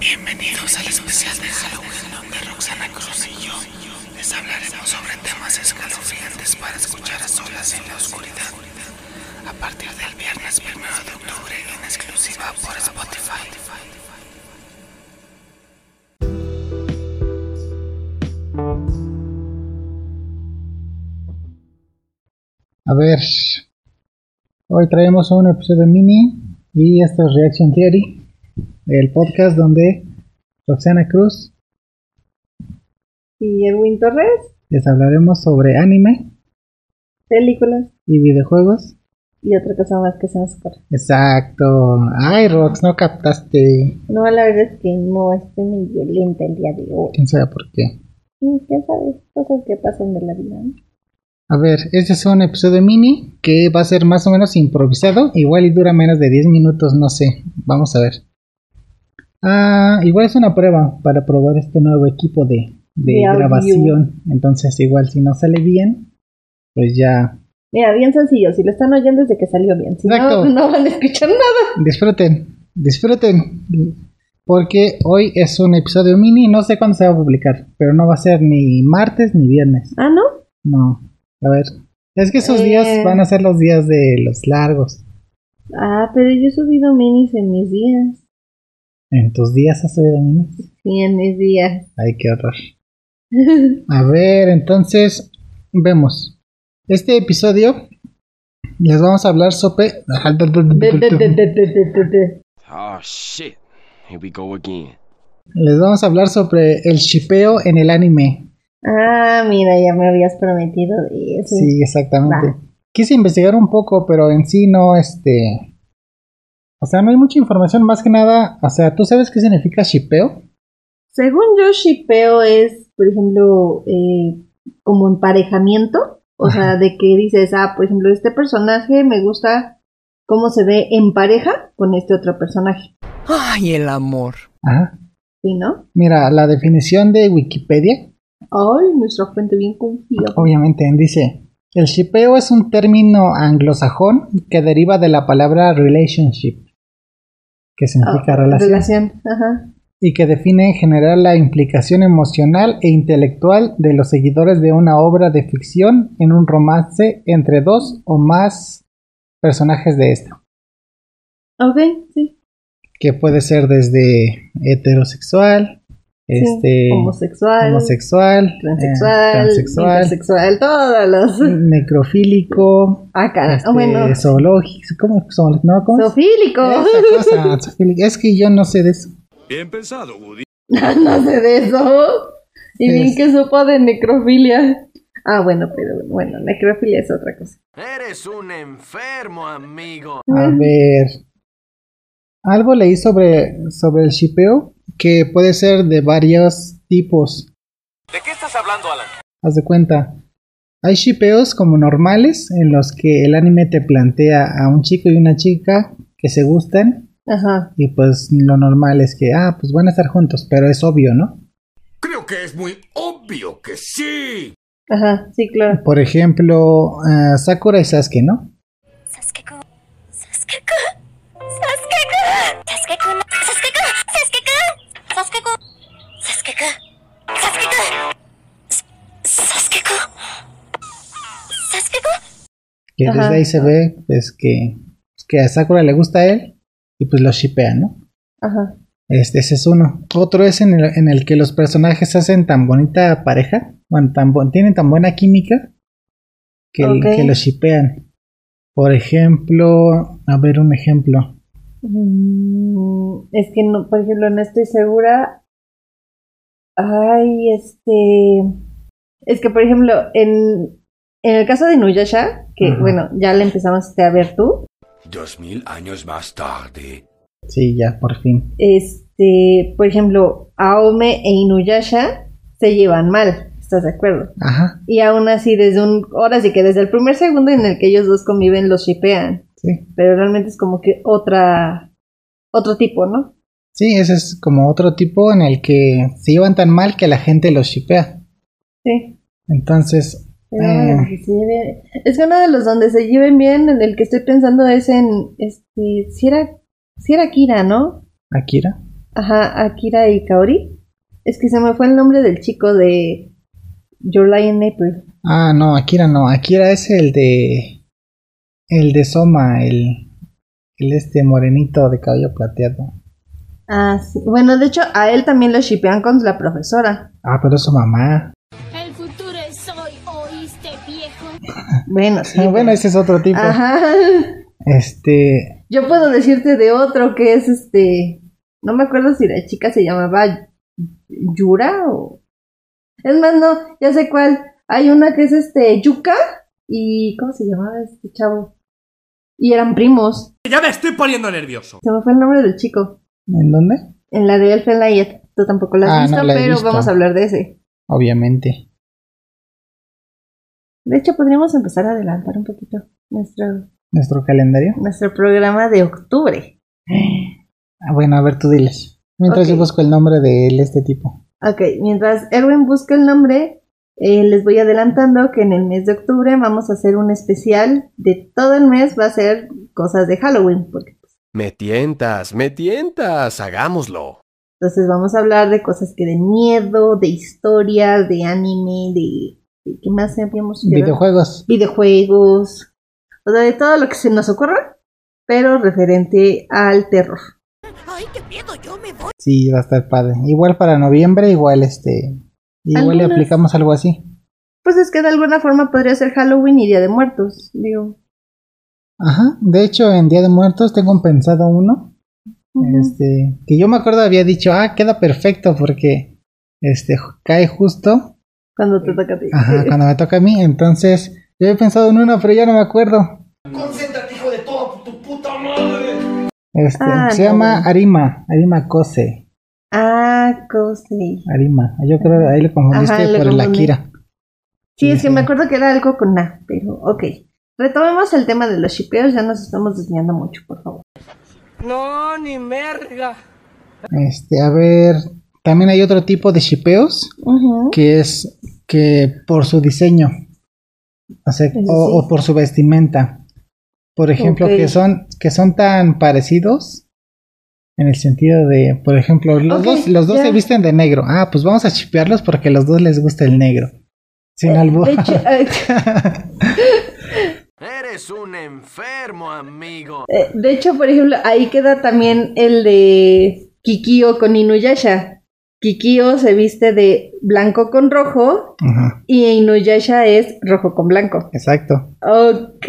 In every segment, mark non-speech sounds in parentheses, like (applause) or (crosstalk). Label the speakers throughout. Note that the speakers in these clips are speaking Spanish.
Speaker 1: Bienvenidos al especial de Halloween donde Roxana Cruz y yo les hablaremos sobre temas escalofriantes para escuchar a solas en la oscuridad. A partir del viernes 1 de octubre en exclusiva por Spotify.
Speaker 2: A ver, hoy traemos un episodio mini y esto es Reaction Theory, el podcast donde Roxana Cruz
Speaker 3: y Edwin Torres,
Speaker 2: les hablaremos sobre anime
Speaker 3: películas
Speaker 2: y videojuegos.
Speaker 3: y otra cosa más que se nos ocurre.
Speaker 2: Exacto. Ay, Rox, no captaste.
Speaker 3: No, la verdad es que no estoy muy violenta el día de hoy.
Speaker 2: Quién sabe por qué.
Speaker 3: Mm, Ya sabes, cosas que pasan de la vida. ¿no?
Speaker 2: A ver, este es un episodio mini que va a ser más o menos improvisado. Igual y dura menos de 10 minutos, no sé. Vamos a ver. Ah, igual es una prueba para probar este nuevo equipo de, de
Speaker 3: De audio.
Speaker 2: grabación. Entonces, igual si no sale bien, pues ya
Speaker 3: Mira, bien sencillo, si lo están oyendo es de que salió bien. Si
Speaker 2: Exacto.
Speaker 3: no, (laughs) no van a escuchar nada.
Speaker 2: disfruten, disfruten. Porque hoy es un episodio mini, no sé cuándo se va a publicar, pero no va a ser ni martes ni viernes.
Speaker 3: Ah, ¿no?
Speaker 2: No, a ver. Es que esos
Speaker 3: Eh.
Speaker 2: días van a ser los días de los largos.
Speaker 3: Ah, pero yo he subido minis en mis días.
Speaker 2: En tus días has subido minis.
Speaker 3: Sí, en mis días. (laughs)
Speaker 2: Ay, qué horror. A ver, entonces vemos. Este episodio les vamos a hablar sobre
Speaker 3: De- de- de- de- de- de- de- de.
Speaker 4: Oh shit. Here we go again.
Speaker 2: les vamos a hablar sobre el shipeo en el anime.
Speaker 3: (laughs) Ah, mira, ya me habías prometido de eso.
Speaker 2: Sí, exactamente.
Speaker 3: Va.
Speaker 2: Quise investigar un poco, pero en sí no, este... O sea, no hay mucha información, más que nada, o sea, ¿tú sabes qué significa shipeo?
Speaker 3: Según yo, shipeo es, por ejemplo, eh, como emparejamiento. O
Speaker 2: Ajá.
Speaker 3: sea, de que dices, ah, por ejemplo, este personaje me gusta cómo se ve en pareja con este otro personaje.
Speaker 5: Ay, el amor.
Speaker 2: Ajá.
Speaker 3: ¿Sí, no?
Speaker 2: Mira, la definición de Wikipedia
Speaker 3: Ay, nuestra fuente bien confía.
Speaker 2: Obviamente, dice, el shipeo es un término anglosajón que deriva de la palabra relationship, que significa relación,
Speaker 3: Ah, Relación. Ajá.
Speaker 2: y que define en general la implicación emocional e intelectual de los seguidores de una obra de ficción en un romance entre dos o más personajes de esta,
Speaker 3: Ok, sí.
Speaker 2: que puede ser desde heterosexual,
Speaker 3: sí.
Speaker 2: este,
Speaker 3: Homosexual.
Speaker 2: homosexual, eh,
Speaker 3: Transexual.
Speaker 2: transexual,
Speaker 3: intersexual, Todos los.
Speaker 2: necrofílico,
Speaker 3: Acá.
Speaker 2: este,
Speaker 3: Ah, bueno.
Speaker 2: zoológico, ¿cómo? Zool- no, ¿cómo?
Speaker 3: Sofílico.
Speaker 2: ¿Eh? Esa cosa, zoofílico. Es que yo no sé de eso.
Speaker 4: Bien pensado, Woody.
Speaker 3: (laughs) no sé de eso. Y
Speaker 2: Sí,
Speaker 3: bien
Speaker 2: es-
Speaker 3: que sopa de necrofilia. Ah, bueno, pero bueno, necrofilia es otra cosa.
Speaker 4: Eres un enfermo, amigo.
Speaker 2: A
Speaker 3: Ujú.
Speaker 2: ver. Algo leí sobre, sobre el shipeo que puede ser de varios tipos.
Speaker 4: ¿De qué estás hablando, Alan?
Speaker 2: Haz de cuenta. Hay shipeos como normales en los que el anime te plantea a un chico y una chica que se gustan
Speaker 3: Ajá.
Speaker 2: y pues lo normal es que, ah, pues van a estar juntos, pero es obvio, ¿no?
Speaker 4: Creo que es muy obvio que sí.
Speaker 3: Ajá, sí, claro.
Speaker 2: Por ejemplo, ah, Sakura y Sasuke, ¿no?
Speaker 6: サスケくんサスケくんサスケくんサスケくんサスケくんサスケくんサスケくんサスケくんサスケくんサスケくん
Speaker 2: Que
Speaker 3: Ajá.
Speaker 2: desde ahí se ve pues, que, que a Sakura le gusta a él y pues lo shipean, ¿no?
Speaker 3: Ajá.
Speaker 2: Este, ese es uno. Otro es en el, en el que los personajes hacen tan bonita pareja, bueno, tan bu- tienen tan buena química que, el-
Speaker 3: Ok.
Speaker 2: que lo shipean. Por ejemplo, a ver un ejemplo.
Speaker 3: Mm, es que, no, por ejemplo, no estoy segura. Ay, este. Es que, por ejemplo, en, en el caso de Nuyasha, que
Speaker 2: Ajá.
Speaker 3: bueno, ya la empezamos este, a ver tú.
Speaker 4: Dos mil años más tarde.
Speaker 2: Sí, ya, por fin.
Speaker 3: Este, por ejemplo, Aome e Inuyasha se llevan mal. ¿Estás de acuerdo?
Speaker 2: Ajá,
Speaker 3: Y aún así, desde un. Ahora sí que desde el primer segundo en el que ellos dos conviven, los shipean.
Speaker 2: sí.
Speaker 3: Pero realmente es como que otra. Otro tipo, ¿no?
Speaker 2: Sí, ese es como otro tipo en el que se llevan tan mal que la gente los shipea.
Speaker 3: Sí.
Speaker 2: Entonces,
Speaker 3: Pero
Speaker 2: Eh.
Speaker 3: bueno, que se lleven- Es que uno de los donde se lleven bien, en el que estoy pensando es en. Este. Si era. Si era Kira, ¿no?
Speaker 2: Akira.
Speaker 3: Ajá, Akira y Kaori. Es que se me fue el nombre del chico de Your Lion April.
Speaker 2: Ah, no, Akira no. Akira es el de. El de Soma, el. El este morenito de cabello plateado.
Speaker 3: Ah, sí. Bueno, de hecho, a él también lo shipean con la profesora.
Speaker 2: Ah, pero es su mamá.
Speaker 5: El futuro es hoy, ¿oíste, viejo?
Speaker 3: Bueno, sí.
Speaker 2: Ah. bueno, ese es otro tipo.
Speaker 3: Ajá. (laughs)
Speaker 2: Este.
Speaker 3: Yo puedo decirte de otro que es este. No me acuerdo si la chica se llamaba Yura o. Es más, no, ya sé cuál. Hay una que es este Yuka y. ¿Cómo se llamaba este chavo? Y eran primos.
Speaker 4: Ya me estoy poniendo nervioso.
Speaker 3: Se me fue el nombre del chico.
Speaker 2: ¿En dónde?
Speaker 3: En la de Elfenlight. Tú tampoco la has
Speaker 2: Ah, no
Speaker 3: visto,
Speaker 2: la he
Speaker 3: pero
Speaker 2: visto.
Speaker 3: vamos a hablar de ese.
Speaker 2: Obviamente.
Speaker 3: De hecho, podríamos empezar a adelantar un poquito nuestro,
Speaker 2: Nuestro calendario.
Speaker 3: nuestro programa de octubre.
Speaker 2: Ah, bueno, a ver, tú diles. Mientras
Speaker 3: Ok.
Speaker 2: yo busco el nombre de él, este tipo.
Speaker 3: Ok, mientras Erwin busca el nombre, eh, les voy adelantando que en el mes de octubre vamos a hacer un especial de todo el mes, va a ser cosas de Halloween, porque
Speaker 7: Me tientas, me tientas, hagámoslo.
Speaker 3: entonces vamos a hablar de cosas que de miedo, de historia, de anime, de, de- ¿qué más habíamos quedado?
Speaker 2: Videojuegos.
Speaker 3: videojuegos, o sea, de todo lo que se nos ocurra, pero referente al terror.
Speaker 6: ¡Ay, qué miedo! Yo me voy.
Speaker 2: Sí, va a estar padre. Igual para noviembre, igual este. Igual le
Speaker 3: Algunas-
Speaker 2: aplicamos algo así.
Speaker 3: Pues es que de alguna forma podría ser Halloween y Día de Muertos, digo.
Speaker 2: Ajá. De hecho, en Día de Muertos tengo pensado uno. Este. Que yo me acuerdo había dicho, ah, queda perfecto porque. Este, ju- cae justo.
Speaker 3: Cuando te toca a ti.
Speaker 2: Ajá, cuando me toca a mí. Entonces, yo había pensado en uno, pero ya no me acuerdo. Concéntrate, hijo de todo, tu puta madre. Este,
Speaker 3: Ah,
Speaker 2: se
Speaker 3: no,
Speaker 2: llama
Speaker 3: bueno.
Speaker 2: Arima, Arima Kose.
Speaker 3: (laughs) Ah, cosplay.
Speaker 2: Arima. Yo creo que ahí lo confundiste
Speaker 3: Ajá, lo
Speaker 2: por el
Speaker 3: confundí.
Speaker 2: Akira.
Speaker 3: Sí, es que
Speaker 2: Ujú.
Speaker 3: me acuerdo que era algo con A, pero ok. Retomemos el tema de los shipeos, ya nos estamos desviando mucho, por favor.
Speaker 2: Este, a ver, también hay otro tipo de shipeos
Speaker 3: Ujú.
Speaker 2: que es que por su diseño, o, sea,
Speaker 3: Eso
Speaker 2: o-
Speaker 3: sí.
Speaker 2: o por su vestimenta. Por ejemplo,
Speaker 3: Ok.
Speaker 2: que son que son tan parecidos en el sentido de, por ejemplo, los
Speaker 3: Ok,
Speaker 2: dos los dos
Speaker 3: ya.
Speaker 2: se visten de negro. Ah, pues vamos a shipearlos porque a los dos les gusta el negro. Sin albur.
Speaker 3: De hecho, eh,
Speaker 7: Eres un enfermo, amigo.
Speaker 3: eh, de hecho, por ejemplo, ahí queda también el de Kikio con Inuyasha. Kikio se viste de blanco con rojo
Speaker 2: (laughs) Ajá,
Speaker 3: y Inuyasha es rojo con blanco.
Speaker 2: exacto.
Speaker 3: Ok.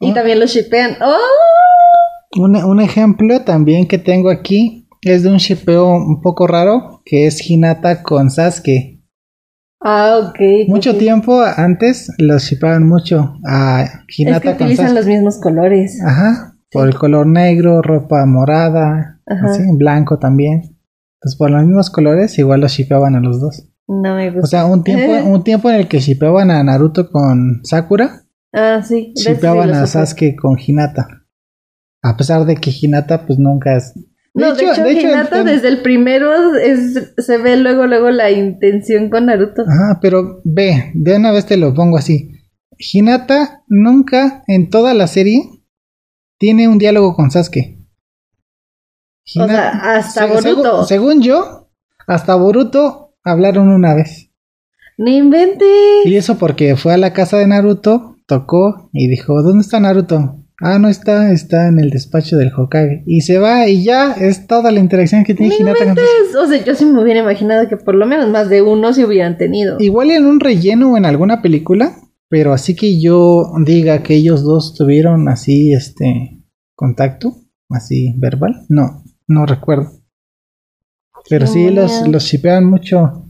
Speaker 3: Y
Speaker 2: Ah.
Speaker 3: también los shipean. ¡Oh!
Speaker 2: Un, un ejemplo también que tengo aquí es de un shipeo un poco raro que es Hinata con Sasuke.
Speaker 3: Ah, ok.
Speaker 2: Mucho
Speaker 3: ok.
Speaker 2: tiempo antes los shipeaban mucho a
Speaker 3: Es que
Speaker 2: Hinata con
Speaker 3: utilizan
Speaker 2: Sasuke.
Speaker 3: los mismos colores.
Speaker 2: Ajá, por el color negro, ropa morada,
Speaker 3: Ajá.
Speaker 2: así, blanco también. Pues por los mismos colores igual los shipeaban a los dos.
Speaker 3: No me gusta.
Speaker 2: O sea,
Speaker 3: (laughs)
Speaker 2: un tiempo,
Speaker 3: Eh.
Speaker 2: un tiempo en el que shipeaban a Naruto con Sakura,
Speaker 3: ah, sí. de esos sí
Speaker 2: shipeaban
Speaker 3: los
Speaker 2: a
Speaker 3: uso.
Speaker 2: Sasuke con Hinata. A pesar de que Hinata pues nunca es... de
Speaker 3: No, de hecho,
Speaker 2: el
Speaker 3: Hinata
Speaker 2: tema-
Speaker 3: desde el primero es- se ve luego, luego la intención con Naruto.
Speaker 2: Ajá, pero ve, de una vez te lo pongo así. Hinata nunca en toda la serie tiene un diálogo con Sasuke.
Speaker 3: O sea,
Speaker 2: Hinata-
Speaker 3: hasta
Speaker 2: se- segu-
Speaker 3: Boruto.
Speaker 2: según yo, hasta Boruto hablaron una vez.
Speaker 3: ¡No inventes!
Speaker 2: Y eso porque fue a la casa de Naruto, tocó y dijo, ¿dónde está Naruto? Ah, no está, está en el despacho del Hokage. Y se va y ya es toda la interacción que tiene
Speaker 3: ¡No
Speaker 2: Hinata con Sasuke.
Speaker 3: inventes! O sea, yo sí me hubiera imaginado que por lo menos más de uno se hubieran tenido.
Speaker 2: Igual en un relleno o en alguna película, pero así que yo diga que ellos dos tuvieron así este contacto, así verbal, no, no recuerdo. Pero sí los,
Speaker 3: Genial.
Speaker 2: los shipeaban mucho.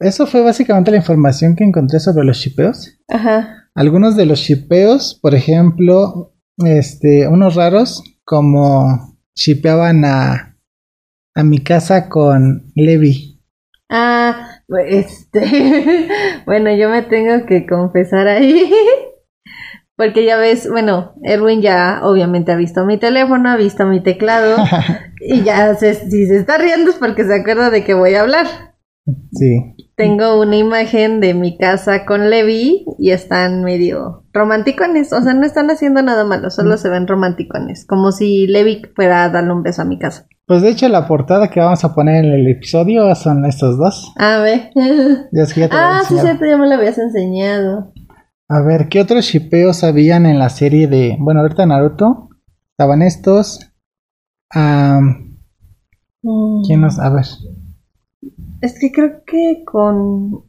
Speaker 2: Eso fue básicamente la información que encontré sobre los shipeos.
Speaker 3: Ajá.
Speaker 2: Algunos de los shipeos, por ejemplo, este, unos raros, como shipeaban a, a mi casa con Levi.
Speaker 3: Ah, este. (laughs) bueno, yo me tengo que confesar ahí. (laughs) Porque ya ves, bueno, Erwin ya obviamente ha visto mi teléfono, ha visto mi (laughs) teclado. y ya, se, si se está riendo es porque se acuerda de que voy a hablar.
Speaker 2: sí.
Speaker 3: Tengo una imagen de mi casa con Levi y están medio romanticones. O sea, Mm. no están haciendo nada malo, solo se ven romanticones. Como si Levi fuera a darle un beso a mi casa.
Speaker 2: Pues de hecho la portada que vamos a poner en el episodio son estos dos.
Speaker 3: A (laughs) ver.
Speaker 2: Ya es que ya te lo había
Speaker 3: ah, sí,
Speaker 2: enseñado.
Speaker 3: cierto, ya me lo habías enseñado.
Speaker 2: A ver, ¿qué otros shipeos habían en la serie de... Bueno, ahorita Naruto. Estaban estos. Am,
Speaker 3: Mm.
Speaker 2: ¿Quién nos...? A ver.
Speaker 3: Es que creo que con.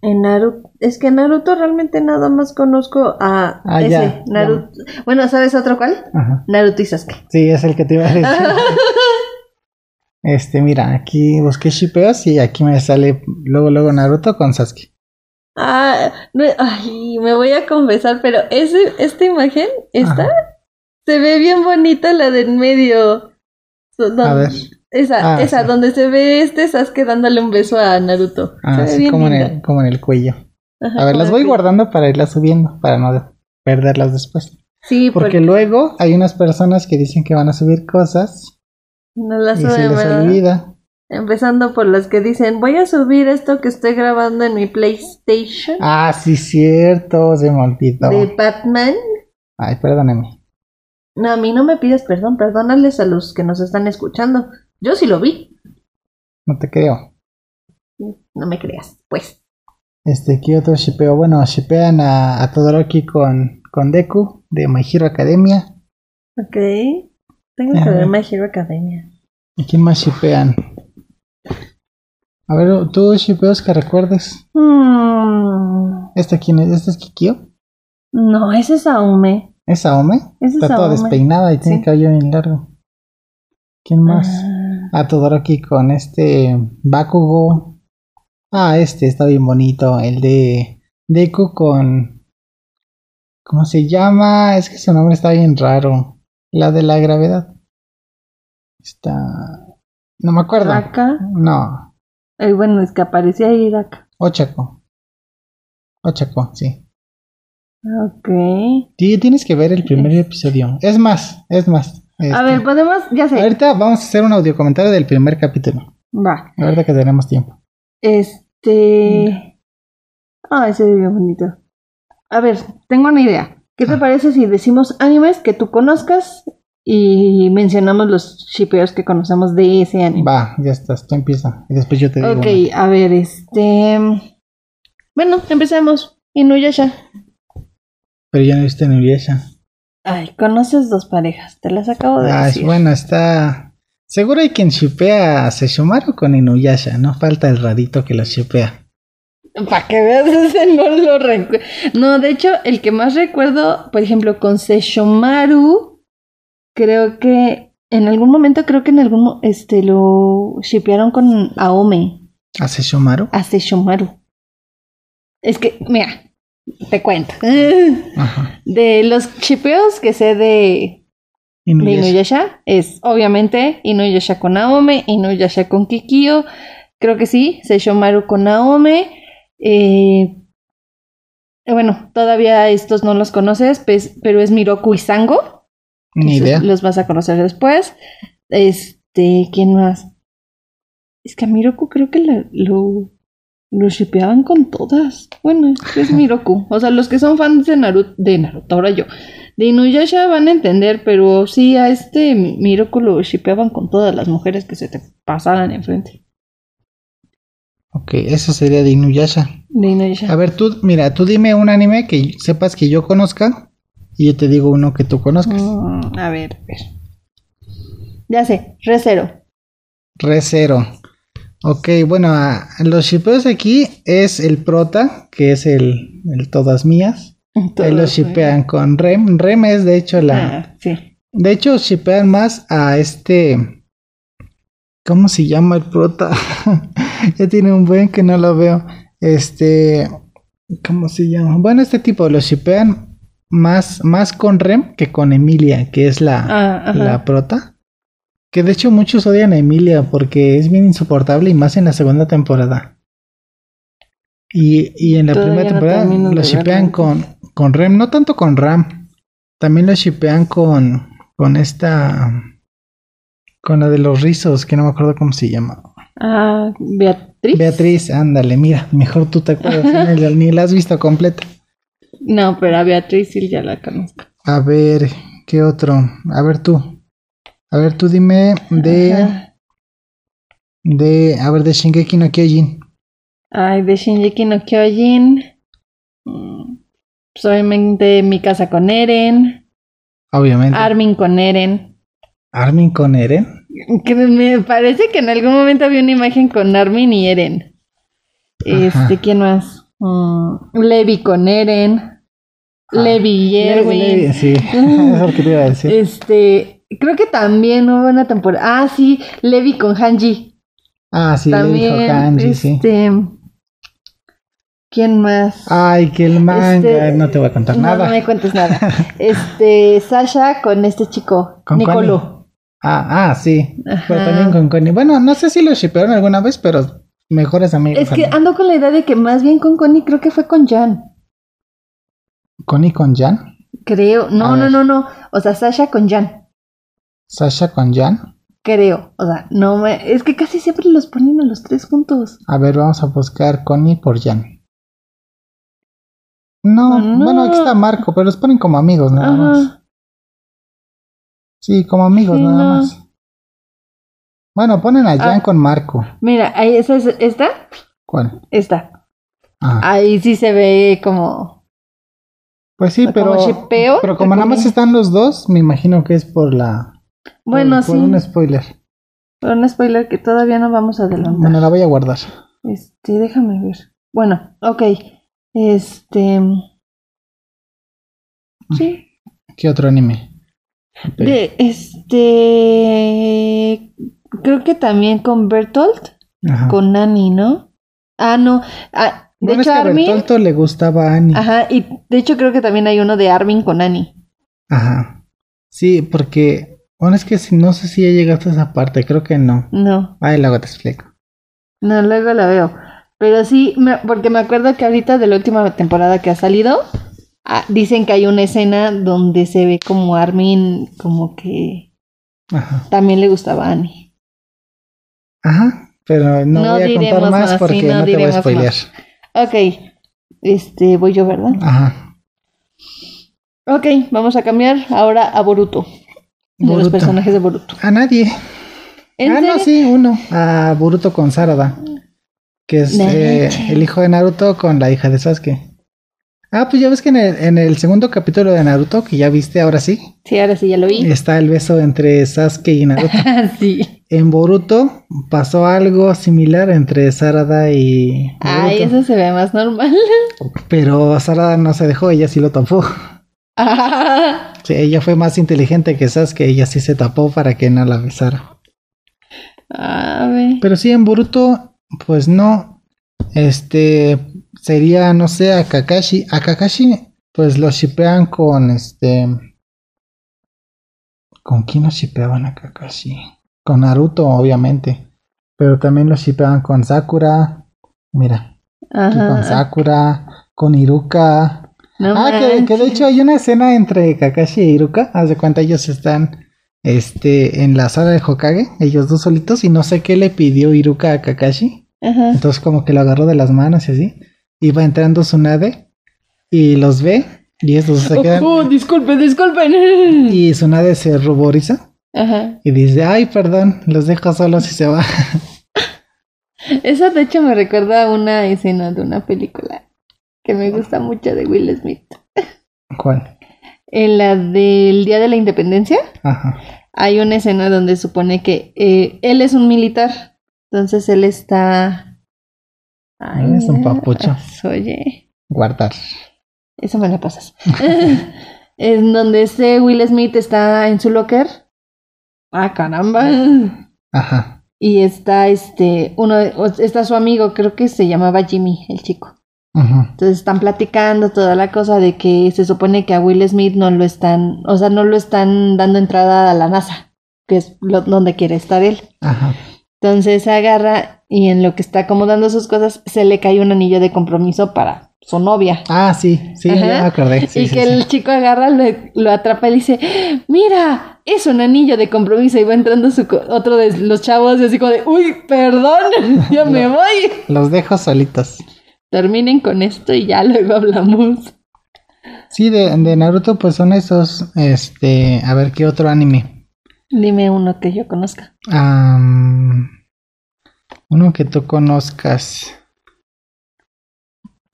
Speaker 3: En Naruto. Es que en Naruto realmente nada más conozco a
Speaker 2: Ah,
Speaker 3: ese.
Speaker 2: ya,
Speaker 3: Naruto. Bueno, ¿sabes otro cuál?
Speaker 2: Ajá.
Speaker 3: Naruto y Sasuke.
Speaker 2: Sí, es el que te iba
Speaker 3: (laughs)
Speaker 2: a decir. este, mira, aquí busqué shipeos y aquí me sale luego, luego Naruto con Sasuke.
Speaker 3: Ah, no, ay, me voy a confesar, pero ese, esta imagen, esta,
Speaker 2: Ajá.
Speaker 3: se ve bien bonita la de en medio. So-
Speaker 2: A
Speaker 3: don-
Speaker 2: ver.
Speaker 3: Esa,
Speaker 2: Ah,
Speaker 3: esa,
Speaker 2: sí.
Speaker 3: donde se ve este Sasuke dándole un beso a Naruto. se
Speaker 2: Ah,
Speaker 3: ve
Speaker 2: sí,
Speaker 3: bien
Speaker 2: como en,
Speaker 3: linda.
Speaker 2: el, como en el cuello.
Speaker 3: Ajá,
Speaker 2: A ver, las
Speaker 3: como
Speaker 2: voy
Speaker 3: el-
Speaker 2: guardando para irlas subiendo, para no perderlas después.
Speaker 3: Sí, (laughs)
Speaker 2: Porque
Speaker 3: porque,
Speaker 2: luego hay unas personas que dicen que van a subir cosas
Speaker 3: no la
Speaker 2: y
Speaker 3: sube,
Speaker 2: se les
Speaker 3: ¿verdad?
Speaker 2: olvida.
Speaker 3: Empezando por las que dicen, voy a subir esto que estoy grabando en mi PlayStation
Speaker 2: Ah, sí, cierto, se me olvidó.
Speaker 3: de Batman.
Speaker 2: Ay, perdóneme.
Speaker 3: No, a mí no me pides perdón, perdónales a los que nos están escuchando. Yo sí lo vi,
Speaker 2: No te creo.
Speaker 3: no me creas, pues.
Speaker 2: Este, ¿qué otro shipeo? Bueno, shipean a, a Todoroki con, con Deku de My Hero Academia.
Speaker 3: Ok, tengo
Speaker 2: A
Speaker 3: que ver
Speaker 2: ver.
Speaker 3: My Hero Academia.
Speaker 2: ¿Y quién más shipean? A ver, tú shipeos que recuerdes.
Speaker 3: Mm,
Speaker 2: ¿Esta quién es? ¿Esta es Kikyo?
Speaker 3: no, ese es Aume.
Speaker 2: ¿Es Aome?
Speaker 3: Ese es
Speaker 2: Está toda
Speaker 3: Aome.
Speaker 2: despeinada y tiene
Speaker 3: Sí.
Speaker 2: cabello bien largo. ¿Quién más?
Speaker 3: Ah,
Speaker 2: a Todoroki con este Bakugo. Ah, este está bien bonito. El de Deku con. ¿Cómo se llama? Es que su nombre está bien raro. La de la gravedad. Está. No me acuerdo.
Speaker 3: Iraka.
Speaker 2: No,
Speaker 3: Eh, bueno, es que aparecía Iraka.
Speaker 2: Ochako. Ochako, sí.
Speaker 3: Ok.
Speaker 2: Ti- Tienes que ver el primer episodio. Es más, es más.
Speaker 3: A
Speaker 2: este,
Speaker 3: ver, podemos, ya sé.
Speaker 2: Ahorita vamos a hacer un audio comentario del primer capítulo.
Speaker 3: Va.
Speaker 2: Ahorita que tenemos tiempo.
Speaker 3: Este. Ah, ese es bien bonito. A ver, tengo una idea. ¿Qué te
Speaker 2: Ah.
Speaker 3: parece si decimos animes que tú conozcas y mencionamos los shipeos que conocemos de ese anime?
Speaker 2: Va, ya estás, tú empieza. Y después yo te digo.
Speaker 3: ok,
Speaker 2: ¿no?
Speaker 3: a ver, este. Bueno, empecemos. Inuyasha.
Speaker 2: Pero ya no viste Nuyasha.
Speaker 3: Ay, conoces dos parejas, te las acabo de
Speaker 2: Ah,
Speaker 3: decir.
Speaker 2: bueno, está. Seguro hay quien shipea a Sesshomaru con Inuyasha. No falta el radito que lo shipea.
Speaker 3: Para que veas, (laughs) ese no lo recuerdo. No, de hecho, el que más recuerdo, por ejemplo, con Seshomaru, creo que en algún momento, creo que en algún mo- este lo shipearon con Aome,
Speaker 2: ¿A Sesshomaru?
Speaker 3: a Seshomaru. Es que, mira, te cuento. (laughs)
Speaker 2: Ajá.
Speaker 3: De los shipeos que sé de, de
Speaker 2: Inuyasha.
Speaker 3: Inuyasha, es obviamente Inuyasha con Aome, Inuyasha con Kikyo, creo que sí, Seishomaru con Aome. eh, eh, bueno, todavía estos no los conoces, pues, pero es Miroku y Sango.
Speaker 2: Ni
Speaker 3: esos
Speaker 2: idea.
Speaker 3: Los vas a conocer después. Este, ¿quién más? Es que a Miroku creo que la- lo, lo shipeaban con todas. Bueno, es que es Miroku. O sea, los que son fans de Naruto, de Naruto, ahora yo. De Inuyasha van a entender, pero sí, a este Miroku lo shipeaban con todas las mujeres que se te pasaran enfrente.
Speaker 2: Ok, eso sería de Inuyasha.
Speaker 3: De Inuyasha.
Speaker 2: A ver, tú, mira, tú dime un anime que sepas que yo conozca. Y yo te digo uno que tú conozcas.
Speaker 3: Mm, a ver, a ver. Ya sé, Recero.
Speaker 2: Re cero. Ok, bueno, a- los shipeos aquí es el prota, que es el, el todas mías. Ahí lo shipean con Rem. Rem es de hecho la.
Speaker 3: eh, Ah, sí.
Speaker 2: De hecho, shipean más a este. ¿Cómo se llama el prota? (laughs) ya tiene un buen que no lo veo. Este. ¿Cómo se llama? Bueno, este tipo lo shipean más, más con Rem que con Emilia, que es la,
Speaker 3: Ah, ajá.
Speaker 2: la prota. Que de hecho muchos odian a Emilia porque es bien insoportable y más en la segunda temporada. Y, y en la
Speaker 3: Todavía
Speaker 2: primera
Speaker 3: no
Speaker 2: temporada
Speaker 3: termino de
Speaker 2: lo shipean
Speaker 3: verla.
Speaker 2: con, con Rem, no tanto con Ram. También lo shipean con, con esta. Con la de los rizos, que no me acuerdo cómo se llama.
Speaker 3: Ah, Beatriz.
Speaker 2: Beatriz, ándale, mira, mejor tú te acuerdas, ni la- ni la has visto completa.
Speaker 3: No, pero a Beatriz sí ya la conozco.
Speaker 2: A ver, ¿qué otro? A ver tú. A ver, tú dime de.
Speaker 3: Ajá.
Speaker 2: De. A ver, de Shingeki no Kyojin.
Speaker 3: Ay, de Shinji no Kyojin. Mm, Pues obviamente mi casa con Eren.
Speaker 2: Obviamente.
Speaker 3: Armin con Eren.
Speaker 2: Armin con Eren.
Speaker 3: Que me parece que en algún momento había una imagen con Armin y Eren.
Speaker 2: Ajá.
Speaker 3: Este, ¿quién más? Mm, Levi con Eren. Levi y Erwin.
Speaker 2: Ah, Levi, Sí, (laughs) es lo que te iba a decir.
Speaker 3: Este, creo que también hubo una temporada. Ah, sí, Levi con Hanji.
Speaker 2: Ah, sí, le
Speaker 3: también.
Speaker 2: dijo Kanji, sí.
Speaker 3: este, ¿Quién más?
Speaker 2: Ay, que el manga.
Speaker 3: Este-
Speaker 2: Ah, no te voy a contar
Speaker 3: no,
Speaker 2: nada.
Speaker 3: no me cuentes
Speaker 2: (laughs)
Speaker 3: nada. Este, Sasha con este chico,
Speaker 2: Con
Speaker 3: Nicolo.
Speaker 2: Connie. Ah, ah, sí. Pero
Speaker 3: Ajá.
Speaker 2: también con Connie. Bueno, no sé si lo shippearon alguna vez, pero mejores amigos.
Speaker 3: Es que
Speaker 2: también.
Speaker 3: ando con la idea de que más bien con Connie creo que fue con Jan. ah-
Speaker 2: Connie con Jan.
Speaker 3: Creo. No,
Speaker 2: A
Speaker 3: no,
Speaker 2: ver.
Speaker 3: no, no. O sea, Sasha con Jan.
Speaker 2: Sasha con Jan.
Speaker 3: Creo. O sea, no me. Es que casi siempre los ponen a los tres juntos.
Speaker 2: A ver, vamos a buscar Connie por Jan. No,
Speaker 3: Ah, no.
Speaker 2: bueno, aquí está Marco, pero los ponen como amigos nada más.
Speaker 3: Ajá.
Speaker 2: Sí, como amigos
Speaker 3: Sí,
Speaker 2: nada
Speaker 3: no.
Speaker 2: más. Bueno, ponen a Jan
Speaker 3: Ah.
Speaker 2: con Marco.
Speaker 3: Mira, ahí esa es- esta,
Speaker 2: ¿Cuál?
Speaker 3: esta.
Speaker 2: Ah.
Speaker 3: Ahí sí se ve como.
Speaker 2: Pues sí,
Speaker 3: Como
Speaker 2: pero.
Speaker 3: shippeo,
Speaker 2: pero como
Speaker 3: entre
Speaker 2: nada más
Speaker 3: comillas.
Speaker 2: están los dos, me imagino que es por la. por-
Speaker 3: Bueno,
Speaker 2: por
Speaker 3: sí.
Speaker 2: un spoiler.
Speaker 3: pero un spoiler que todavía no vamos a adelantar.
Speaker 2: Bueno, la voy a guardar.
Speaker 3: Este, déjame ver. Bueno, ok. Este. Sí.
Speaker 2: ¿Qué otro anime?
Speaker 3: De, este. Creo que también con Bertolt,
Speaker 2: Ajá.
Speaker 3: con Annie, ¿no? Ah, no. ah, de
Speaker 2: Ah. Bueno,
Speaker 3: hecho,
Speaker 2: es que a
Speaker 3: Armin.
Speaker 2: Bertolto le gustaba a Annie. Ajá.
Speaker 3: Ajá, y de hecho creo que también hay uno de Armin con Annie.
Speaker 2: Sí, porque. Bueno, es que si, no sé si ya llegaste a esa parte, creo que no.
Speaker 3: No,
Speaker 2: Ahí luego te explico.
Speaker 3: no, luego la veo. Pero sí, me- porque me acuerdo que ahorita de la última temporada que ha salido, ah, dicen que hay una escena donde se ve como Armin, como que
Speaker 2: Ajá.
Speaker 3: también le gustaba a Annie.
Speaker 2: Ajá. Pero no,
Speaker 3: No
Speaker 2: voy a
Speaker 3: diremos
Speaker 2: contar más
Speaker 3: más, sí,
Speaker 2: porque
Speaker 3: no
Speaker 2: no, te voy a
Speaker 3: diremos
Speaker 2: spoilear.
Speaker 3: Ok, este, voy yo, ¿verdad?
Speaker 2: Ajá.
Speaker 3: Ok, vamos a cambiar ahora a Boruto. De
Speaker 2: Boruto.
Speaker 3: los personajes de Boruto.
Speaker 2: A nadie.
Speaker 3: ¿En
Speaker 2: ah, no,
Speaker 3: serio?
Speaker 2: sí, uno. A Boruto con Sarada. Que es
Speaker 3: De
Speaker 2: eh,
Speaker 3: leche.
Speaker 2: el hijo de Naruto con la hija de Sasuke. Ah, pues ya ves que en el, en el segundo capítulo de Naruto, que ya viste ahora sí,
Speaker 3: Sí, ahora sí ya lo
Speaker 2: (laughs)
Speaker 3: vi.
Speaker 2: está el beso entre Sasuke
Speaker 3: (laughs)
Speaker 2: y Naruto.
Speaker 3: sí.
Speaker 2: en Boruto pasó algo similar entre Sarada y Boruto.
Speaker 3: Ay, eso se ve más normal. (laughs)
Speaker 2: Pero Sarada no se dejó, ella sí lo tapó.
Speaker 3: Ah,
Speaker 2: Sí, ella fue más inteligente que Sasuke, ella sí se tapó para que no la besara.
Speaker 3: a ver.
Speaker 2: Pero sí, en Boruto, pues no. Este sería, no sé, a Kakashi. A Kakashi, pues lo shipean con este. ¿Con quién lo shipeaban a Kakashi? Con Naruto, obviamente. Pero también lo shipeaban con Sakura. Mira, aquí con
Speaker 3: Ajá.
Speaker 2: Sakura, con Iruka.
Speaker 3: No
Speaker 2: Ah, que, que de
Speaker 3: manches.
Speaker 2: hecho hay una escena entre Kakashi e Iruka. Haz de cuenta, ellos están este, en la sala de Hokage, ellos dos solitos, y no sé qué le pidió Iruka a Kakashi.
Speaker 3: Ajá.
Speaker 2: Entonces, como que lo agarró de las manos y así. Iba entrando Tsunade y los ve, y estos se quedan.
Speaker 3: Oh, oh, disculpen, disculpen. (laughs)
Speaker 2: Y Tsunade se ruboriza
Speaker 3: Ajá.
Speaker 2: y dice: Ay, perdón, los dejo solos y se va. (laughs)
Speaker 3: Esa de hecho me recuerda a una escena de una película que me gusta mucho de Will Smith.
Speaker 2: ¿Cuál?
Speaker 3: En la del Día de la Independencia.
Speaker 2: Ajá.
Speaker 3: hay una escena donde supone que eh, él es un militar. Entonces él está.
Speaker 2: Él es un papucho.
Speaker 3: as- Oye,
Speaker 2: Guardar.
Speaker 3: eso me la pasas. (laughs) en donde este Will Smith está en su locker. Ah, caramba.
Speaker 2: Ajá.
Speaker 3: Y está este, uno, de- o- está su amigo, creo que se llamaba Jimmy, el chico.
Speaker 2: Ajá.
Speaker 3: Entonces están platicando toda la cosa de que se supone que a Will Smith no lo están, o sea, no lo están dando entrada a la NASA, que es lo- donde quiere estar él.
Speaker 2: Ajá.
Speaker 3: Entonces agarra y en lo que está acomodando sus cosas se le cae un anillo de compromiso para su novia.
Speaker 2: Ah, sí, sí,
Speaker 3: Ajá.
Speaker 2: ya me acordé. Sí,
Speaker 3: y
Speaker 2: sí,
Speaker 3: que
Speaker 2: sí.
Speaker 3: el chico agarra, lo, lo atrapa y le dice, mira, es un anillo de compromiso. Y va entrando su co- otro de los chavos y así como de, uy, perdón, (laughs) ya me voy.
Speaker 2: Los dejo solitos.
Speaker 3: Terminen con esto y ya luego hablamos.
Speaker 2: Sí, de, de Naruto pues son esos, este, a ver qué otro anime.
Speaker 3: Dime uno que yo conozca.
Speaker 2: Am, uno que tú conozcas.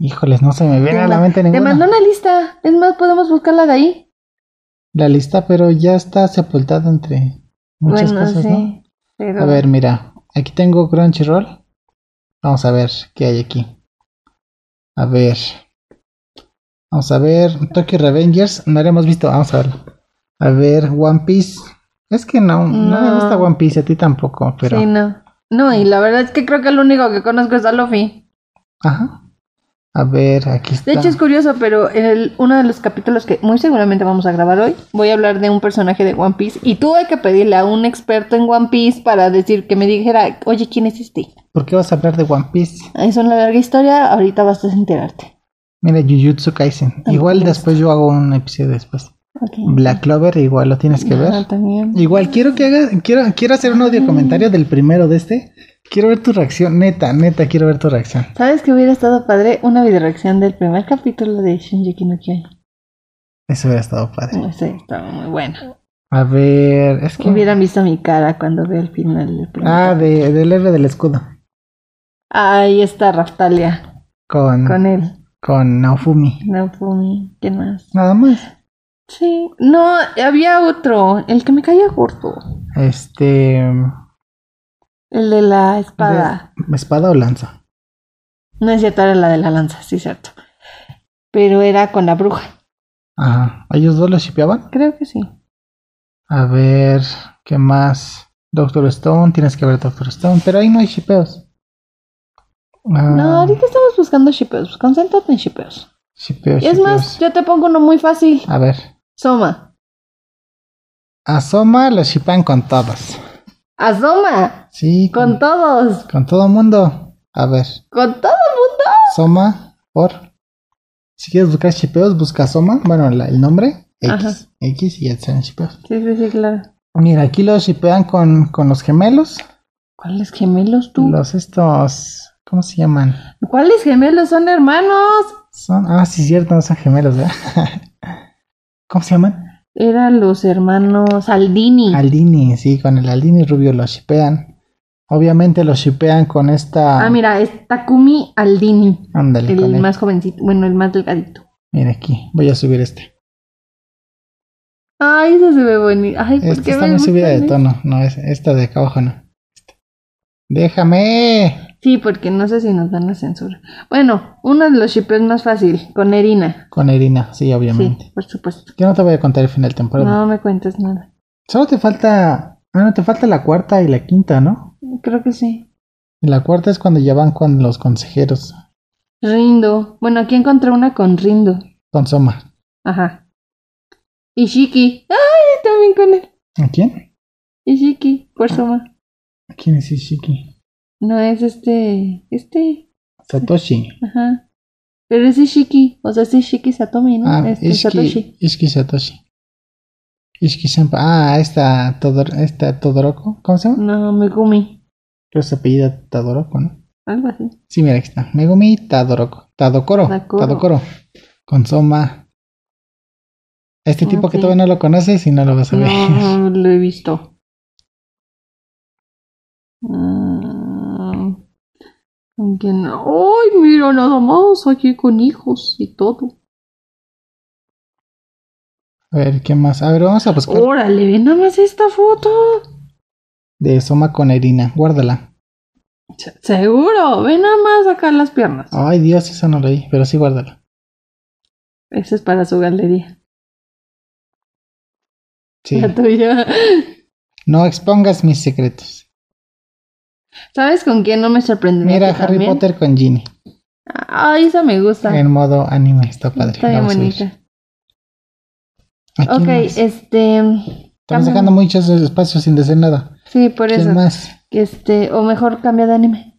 Speaker 2: Híjoles, no se me viene a la
Speaker 3: ma-
Speaker 2: mente
Speaker 3: Te
Speaker 2: ninguna.
Speaker 3: mandó una lista. Es más, podemos buscarla de ahí.
Speaker 2: La lista, pero ya está sepultada entre muchas
Speaker 3: bueno,
Speaker 2: cosas,
Speaker 3: sí.
Speaker 2: ¿no?
Speaker 3: Pero...
Speaker 2: A ver, mira. Aquí tengo Crunchyroll. Vamos a ver qué hay aquí. A ver. Vamos a ver. Tokyo Revengers. No la hemos visto. Vamos a ver. A ver, One Piece. Es que no, no, me
Speaker 3: No.
Speaker 2: gusta One Piece. A ti tampoco, pero.
Speaker 3: Sí, no. No, y la verdad es que creo que el único que conozco es a Luffy.
Speaker 2: Ajá. A ver, aquí está.
Speaker 3: De hecho, es curioso, pero en el- uno de los capítulos que muy seguramente vamos a grabar hoy, voy a hablar de un personaje de One Piece. Y tuve que pedirle a un experto en One Piece para decir que me dijera, oye, ¿quién es este?
Speaker 2: ¿Por qué vas a hablar de One Piece?
Speaker 3: Es una larga historia, ahorita vas a enterarte.
Speaker 2: Mira, Jujutsu Kaisen.
Speaker 3: Ah,
Speaker 2: Igual
Speaker 3: ya
Speaker 2: después yo hago un episodio después.
Speaker 3: Ok.
Speaker 2: Black Clover, igual lo tienes que ver.
Speaker 3: Ah, también.
Speaker 2: Igual quiero que hagas, quiero, quiero hacer un audio comentario del primero de este. Quiero ver tu reacción, neta, neta, quiero ver tu reacción.
Speaker 3: ¿Sabes que hubiera estado padre una videoreacción del primer capítulo de Shinji no Kyojin?
Speaker 2: Eso hubiera estado padre.
Speaker 3: No sé, estaba muy bueno.
Speaker 2: A ver, es
Speaker 3: Que
Speaker 2: que.
Speaker 3: hubieran visto mi cara cuando veo el final del primer
Speaker 2: Ah,
Speaker 3: capítulo.
Speaker 2: de, del héroe del escudo.
Speaker 3: Ahí está Raftalia
Speaker 2: Con, con,
Speaker 3: con él.
Speaker 2: Naofumi.
Speaker 3: Naofumi, ¿qué más?
Speaker 2: Nada más.
Speaker 3: Sí, no, había otro, el que me caía corto,
Speaker 2: Este.
Speaker 3: el de la espada.
Speaker 2: de- ¿Espada o lanza?
Speaker 3: No es cierto, era la de la lanza, sí, cierto. Pero era con la bruja,
Speaker 2: Ajá. ¿A ¿Ellos dos lo shipeaban?
Speaker 3: creo que sí.
Speaker 2: A ver, ¿qué más? Doctor Stone, tienes que ver Doctor Stone. Pero ahí no hay shipeos. Ah,
Speaker 3: No, ahorita estamos buscando shipeos, concéntrate en shipeos.
Speaker 2: shipeo,
Speaker 3: Es más,
Speaker 2: shipeos.
Speaker 3: yo te pongo uno muy fácil.
Speaker 2: A ver.
Speaker 3: Soma.
Speaker 2: Asoma lo shipan con todos.
Speaker 3: Asoma.
Speaker 2: Sí,
Speaker 3: Con todos.
Speaker 2: con todo mundo. A ver,
Speaker 3: Con todo el mundo.
Speaker 2: Soma por. Si quieres buscar shipeos, busca Soma. Bueno, la- el nombre. X.
Speaker 3: Ajá.
Speaker 2: X y ya serán shipeos.
Speaker 3: Sí, sí, sí, claro.
Speaker 2: Mira, aquí los shipean con, con los gemelos.
Speaker 3: ¿Cuáles gemelos tú?
Speaker 2: Los estos. ¿Cómo se llaman?
Speaker 3: ¿Cuáles gemelos son hermanos?
Speaker 2: Son. Ah, sí, cierto, no son gemelos, ¿verdad? (laughs) ¿Cómo se llaman?
Speaker 3: Eran los hermanos Aldini.
Speaker 2: Aldini, sí, con el Aldini rubio los shipean. Obviamente los shipean con esta.
Speaker 3: Ah, mira, es Takumi Aldini.
Speaker 2: Ándale,
Speaker 3: El
Speaker 2: con él.
Speaker 3: más jovencito, bueno, el más delgadito.
Speaker 2: Mira aquí, voy a subir este.
Speaker 3: Ay, ese se ve bonito. Ay, ¿por
Speaker 2: Esta
Speaker 3: qué
Speaker 2: está
Speaker 3: me
Speaker 2: muy
Speaker 3: gustan
Speaker 2: subida de
Speaker 3: estos?
Speaker 2: tono. No, es, esta de acá abajo no. Esta. ¡Déjame!
Speaker 3: Sí, porque no sé si nos dan la censura. Bueno, uno de los shippers más fácil, con Erina.
Speaker 2: Con Erina, sí, obviamente.
Speaker 3: Sí, por supuesto.
Speaker 2: Yo no te voy a contar el final de temporada.
Speaker 3: No me cuentes nada.
Speaker 2: Solo te falta. Ah, no, te falta la cuarta y la quinta, ¿no?
Speaker 3: Creo que sí.
Speaker 2: Y la cuarta es cuando ya van con los consejeros.
Speaker 3: Rindo. Bueno, aquí encontré una con Rindo.
Speaker 2: Con Soma.
Speaker 3: Ajá. Ishiki. Ay, también con él.
Speaker 2: ¿A quién?
Speaker 3: Ishiki, por suma.
Speaker 2: ¿A quién es Ishiki?
Speaker 3: No es este. Este. (laughs)
Speaker 2: Satoshi.
Speaker 3: Ajá. Pero es Ishiki. O sea, es Ishiki Satomi, ¿no?
Speaker 2: Ah,
Speaker 3: este
Speaker 2: Ishiki
Speaker 3: Satoshi.
Speaker 2: Ishiki Satoshi. Ishiki Senpa. Ah, esta, Todor, esta Todoroko. ¿Cómo se llama?
Speaker 3: No, Megumi.
Speaker 2: Creo que se apellida Todoroko, ¿no?
Speaker 3: Algo así.
Speaker 2: Sí, mira, aquí está. Megumi Tadoroko. Tadokoro.
Speaker 3: Tadokoro.
Speaker 2: Tadokoro. Con Soma. Este tipo que
Speaker 3: Ok.
Speaker 2: todavía no lo conoces y no lo vas a ver.
Speaker 3: No lo he visto. Mm, ¿con quién? ¡Ay, mira, nada más! Aquí con hijos y todo.
Speaker 2: (laughs) A ver, ¿qué más? A ver, vamos a buscar
Speaker 3: Órale, ve nada más esta foto.
Speaker 2: de Soma con Erina. Guárdala.
Speaker 3: Se- Seguro, ve nada más acá las piernas.
Speaker 2: Ay, Dios, eso no lo vi, pero sí guárdala.
Speaker 3: Esa es para su galería.
Speaker 2: Sí.
Speaker 3: La tuya.
Speaker 2: No expongas mis secretos.
Speaker 3: ¿Sabes con quién no me sorprendió?
Speaker 2: Mira, Harry Potter con Ginny.
Speaker 3: Ay, esa me gusta.
Speaker 2: En modo anime, está padre.
Speaker 3: Está
Speaker 2: la
Speaker 3: bien
Speaker 2: voy a subir.
Speaker 3: bonita.
Speaker 2: ¿A quién
Speaker 3: Ok,
Speaker 2: más?
Speaker 3: este.
Speaker 2: Estamos
Speaker 3: cambia-
Speaker 2: dejando muchos espacios sin decir nada.
Speaker 3: Sí, por
Speaker 2: ¿Quién
Speaker 3: eso.
Speaker 2: más?
Speaker 3: Este, o mejor cambia de anime.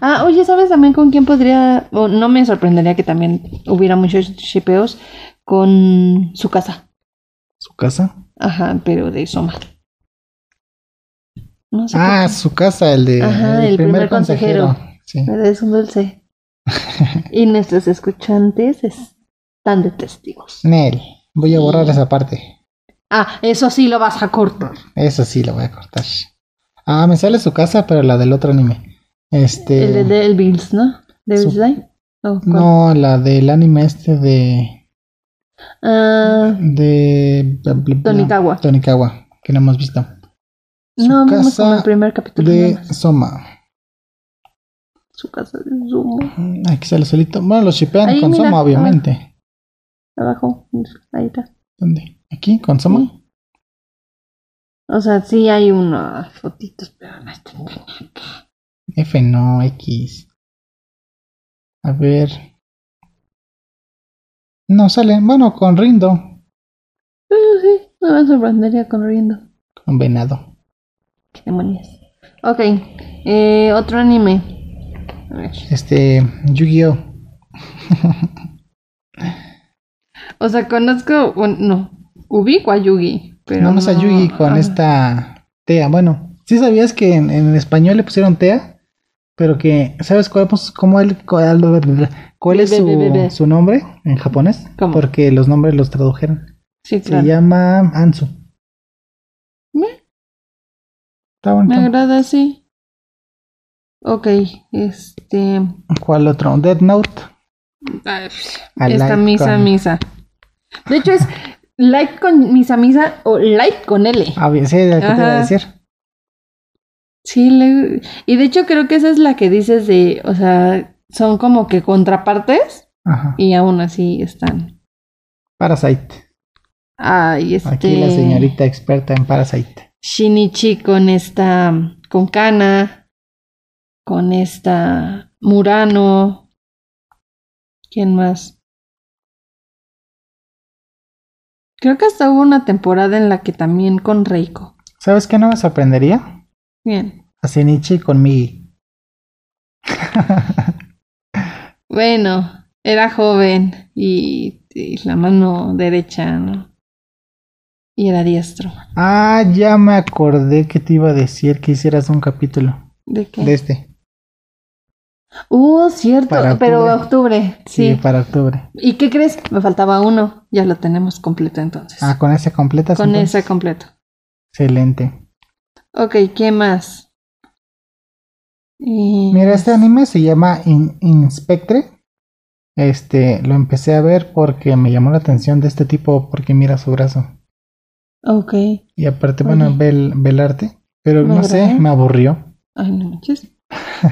Speaker 3: Ah, oye, ¿sabes también con quién podría.? o no me sorprendería que también hubiera muchos shipeos con su casa.
Speaker 2: ¿Su casa?
Speaker 3: Ajá, pero de Soma. No sé.
Speaker 2: Ah, su casa, el de.
Speaker 3: Ajá, el primer consejero.
Speaker 2: Sí.
Speaker 3: Me des un dulce.
Speaker 2: (laughs)
Speaker 3: y nuestros escuchantes están de testigos.
Speaker 2: Nel, voy a borrar
Speaker 3: Sí.
Speaker 2: esa parte.
Speaker 3: Ah, eso sí lo vas a cortar.
Speaker 2: Eso sí, lo voy a cortar. Ah, me sale su casa, pero la del otro anime. Este.
Speaker 3: El de Devils, ¿no? Devil's
Speaker 2: Su-
Speaker 3: Line. ¿O cuál?
Speaker 2: No, la del anime este de.
Speaker 3: Ah,
Speaker 2: de. bla, bla, bla,
Speaker 3: Tonikawa.
Speaker 2: Tonikawa, que no hemos visto. Su
Speaker 3: no, vimos como
Speaker 2: casa
Speaker 3: el primer capítulo.
Speaker 2: De
Speaker 3: nada más.
Speaker 2: Soma.
Speaker 3: Su casa de Zumo.
Speaker 2: Mm, Aquí sale solito. Bueno, lo shipean
Speaker 3: Ahí,
Speaker 2: con
Speaker 3: mira.
Speaker 2: Soma,
Speaker 3: Ah.
Speaker 2: obviamente.
Speaker 3: Abajo. Ahí está.
Speaker 2: ¿Dónde? ¿Aquí? ¿Con Soma?
Speaker 3: O sea, sí hay unas fotitos, pero no está
Speaker 2: Oh.
Speaker 3: en plan.
Speaker 2: F no, X. A ver. No sale. Bueno, con Rindo.
Speaker 3: Pero sí, no me sorprendería con riendo.
Speaker 2: Con Venado.
Speaker 3: Qué demonios. Ok, eh, otro anime. A ver.
Speaker 2: Este. Yu-Gi-Oh!
Speaker 3: O sea, conozco, bueno, no, ubico a Yugi, pero
Speaker 2: Vamos a
Speaker 3: no-
Speaker 2: Yugi con
Speaker 3: ah,
Speaker 2: esta Tea. Bueno, sí sabías que en, en español le pusieron Tea, pero que ¿sabes cuál, pues, cómo él, cuál, cuál es
Speaker 3: Be- be- be-
Speaker 2: su,
Speaker 3: be.
Speaker 2: su nombre en japonés?
Speaker 3: ¿Cómo?
Speaker 2: Porque los nombres los tradujeron.
Speaker 3: Sí,
Speaker 2: Se
Speaker 3: claro.
Speaker 2: llama Anzu.
Speaker 3: Me-
Speaker 2: Está
Speaker 3: Me
Speaker 2: bonito.
Speaker 3: agrada, sí. Ok, este...
Speaker 2: ¿Cuál otro? Dead Note.
Speaker 3: ah,
Speaker 2: A
Speaker 3: Esta
Speaker 2: like
Speaker 3: misa,
Speaker 2: con-
Speaker 3: misa. De hecho es like con misa, misa o like con L.
Speaker 2: Ah, bien, sí, era la que te iba a
Speaker 3: Ajá.
Speaker 2: decir.
Speaker 3: Sí, le- y de hecho creo que esa es la que dices de, o sea, son como que contrapartes
Speaker 2: Ajá.
Speaker 3: y aún así están.
Speaker 2: Parasite.
Speaker 3: Ay, este...
Speaker 2: Aquí la señorita experta en Parasite.
Speaker 3: Shinichi con esta, con Kana, con esta Murano. ¿Quién más? Creo que hasta hubo una temporada en la que también con Reiko.
Speaker 2: ¿Sabes qué no me sorprendería?
Speaker 3: Bien.
Speaker 2: A Shinichi con Migi.
Speaker 3: Bueno, era joven y, y la mano derecha, ¿no? Y era diestro.
Speaker 2: Ah, ya me acordé que te iba a decir que hicieras un capítulo
Speaker 3: ¿De qué?
Speaker 2: de este.
Speaker 3: Uh, cierto,
Speaker 2: Para
Speaker 3: pero
Speaker 2: octubre.
Speaker 3: octubre,
Speaker 2: Sí.
Speaker 3: sí.
Speaker 2: para octubre.
Speaker 3: ¿Y qué crees? Me faltaba uno. Ya lo tenemos completo entonces.
Speaker 2: Ah, con ese completas.
Speaker 3: Con
Speaker 2: entonces?
Speaker 3: ese completo.
Speaker 2: Excelente.
Speaker 3: Ok, ¿qué más? Eh, Y-
Speaker 2: Mira, este anime se llama In- Inspectre. Este, lo empecé a ver porque me llamó la atención de este tipo porque mira su brazo.
Speaker 3: Ok. Ay,
Speaker 2: Y aparte, bueno,
Speaker 3: Oye.
Speaker 2: ve el, ve el arte. Pero no sé,
Speaker 3: ¿Verdad?
Speaker 2: me aburrió.
Speaker 3: no manches.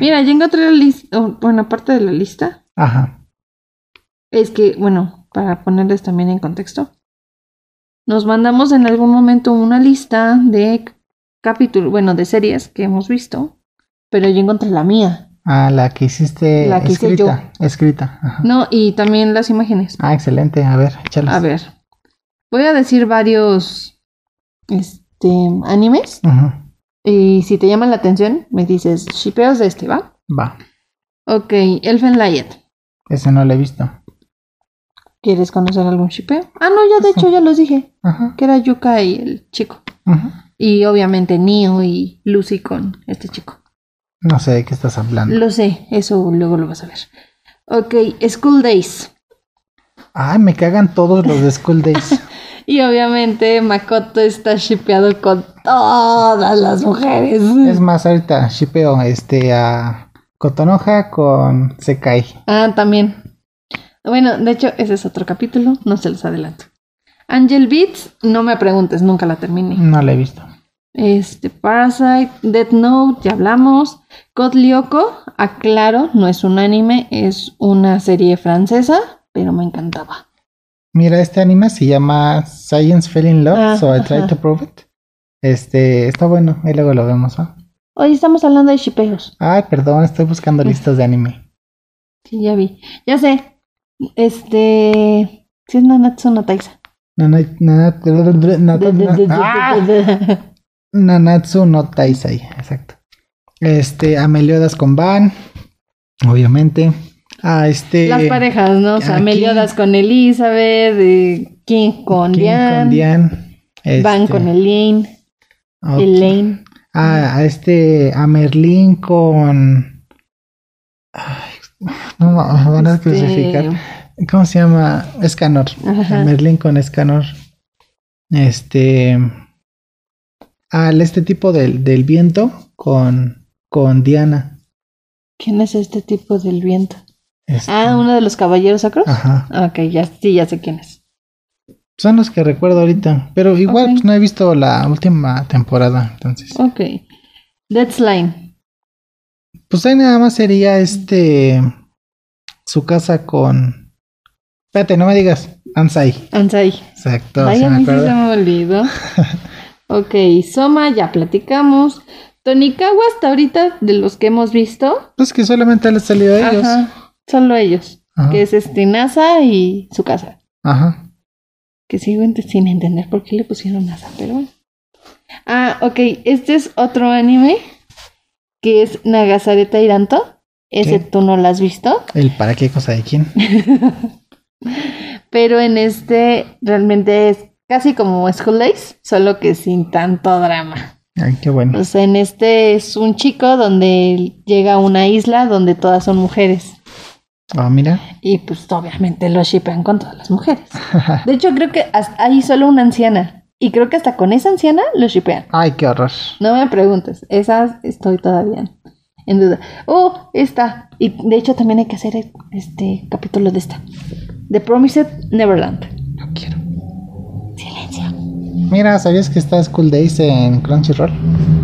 Speaker 3: Mira, ya encontré la lista. Bueno, aparte de la lista,
Speaker 2: Ajá.
Speaker 3: es que, bueno, para ponerles también en contexto, nos mandamos en algún momento una lista de capítulos, bueno, de series que hemos visto, pero yo encontré la mía,
Speaker 2: Ah, la que hiciste
Speaker 3: La que hice
Speaker 2: escrita. Escrita. Ajá.
Speaker 3: ¿no? Y también las imágenes.
Speaker 2: Ah, excelente. A ver, échalas.
Speaker 3: A ver, voy a decir varios este, animes.
Speaker 2: Ajá,
Speaker 3: Y si te llaman la atención, me dices, shipeos de este, ¿va?
Speaker 2: Va.
Speaker 3: Ok, Elfen Lied.
Speaker 2: Ese no lo he visto.
Speaker 3: ¿Quieres conocer algún shipeo? Ah, no, ya de hecho ya los dije,
Speaker 2: Ajá.
Speaker 3: que era Yuka y el chico.
Speaker 2: ajá.
Speaker 3: Y obviamente Neo y Lucy con este chico.
Speaker 2: No sé de qué estás hablando.
Speaker 3: Lo sé, eso luego lo vas a ver. Ok, School Days.
Speaker 2: Ay, me cagan todos los de School Days.
Speaker 3: Y obviamente Makoto está shipeado con todas las mujeres.
Speaker 2: es más, ahorita shipeo este a Cotonoja con Sekai.
Speaker 3: Ah, también. Bueno, de hecho, ese es otro capítulo, no se los adelanto. Angel Beats, no me preguntes, nunca la terminé.
Speaker 2: No lo he visto.
Speaker 3: Este, Parasite, Death Note, ya hablamos. Code Lyoko, aclaro, no es un anime, es una serie francesa, pero me encantaba.
Speaker 2: Mira, este anime se llama Science Fell in Love,
Speaker 3: Ah,
Speaker 2: so I tried
Speaker 3: ajá.
Speaker 2: to prove it. Este, está bueno, ahí luego lo vemos, ¿ah?
Speaker 3: Hoy estamos hablando de shipeos.
Speaker 2: Ay, perdón, estoy buscando listas de anime.
Speaker 3: Sí, ya vi. Ya sé. Este. Sí, es Nanatsu no Taisa.
Speaker 2: No, no, no, no, no, no,
Speaker 3: De- de- de-
Speaker 2: no, ¡Ah!
Speaker 3: de-
Speaker 2: Nanatsu no Taisai, exacto. Este, a Meliodas con Van, obviamente. A este.
Speaker 3: Las parejas, ¿no? O sea,
Speaker 2: aquí-
Speaker 3: Meliodas con Elizabeth, eh, King con
Speaker 2: King
Speaker 3: Diane,
Speaker 2: con Dian.
Speaker 3: Van
Speaker 2: este,
Speaker 3: con Elaine,
Speaker 2: ok.
Speaker 3: Elaine.
Speaker 2: A, a este, a Merlín con. Ay, no, me van a
Speaker 3: este,
Speaker 2: crucificar. ¿Cómo se llama? Escanor. A
Speaker 3: Ajá.
Speaker 2: Merlín con Escanor. este al este tipo del, del viento con, con Diana.
Speaker 3: ¿Quién es este tipo del viento?
Speaker 2: Este,
Speaker 3: Ah, uno de los caballeros sacros.
Speaker 2: Ajá.
Speaker 3: Ok, ya, sí, ya sé quién es.
Speaker 2: (laughs) Son los que recuerdo ahorita, pero igual
Speaker 3: Ok.
Speaker 2: pues, no he visto la última temporada, entonces.
Speaker 3: Ok. Dead Slime.
Speaker 2: Pues ahí nada más sería este su casa con Espérate, no me digas, Ansai.
Speaker 3: Ansai.
Speaker 2: Exacto,
Speaker 3: Ay,
Speaker 2: sí
Speaker 3: a
Speaker 2: me
Speaker 3: mí sí se
Speaker 2: acuerdo.
Speaker 3: me
Speaker 2: (laughs)
Speaker 3: olvidó. ok, Soma, ya platicamos. Tonikawa hasta ahorita, de los que hemos visto.
Speaker 2: Pues que solamente le salió a ellos. Ah. Ajá.
Speaker 3: Ajá, solo ellos. Que es este, NASA y su casa.
Speaker 2: Ajá.
Speaker 3: Que sigo ent- sin entender por qué le pusieron NASA, pero bueno. Ah, ok, este es otro anime. Que es Nagasareta Iranto. Ese
Speaker 2: ¿Qué?
Speaker 3: tú no lo has visto.
Speaker 2: El para qué cosa de quién.
Speaker 3: Pero en este realmente es casi como School Days, solo que sin tanto drama.
Speaker 2: Ay, qué bueno.
Speaker 3: O sea, en este es un chico donde llega a una isla donde todas son mujeres.
Speaker 2: Ah, mira.
Speaker 3: Y pues obviamente lo shipean con todas las mujeres. De hecho, creo que hasta- hay solo una anciana. Y creo que hasta con esa anciana lo shipean.
Speaker 2: Ay, qué horror.
Speaker 3: No me preguntes, esa estoy todavía en duda. Oh, esta. Y de hecho también hay que hacer este capítulo de esta. The Promised Neverland.
Speaker 2: No quiero.
Speaker 3: Silencio.
Speaker 2: Mira, ¿sabías que está School Days en Crunchyroll?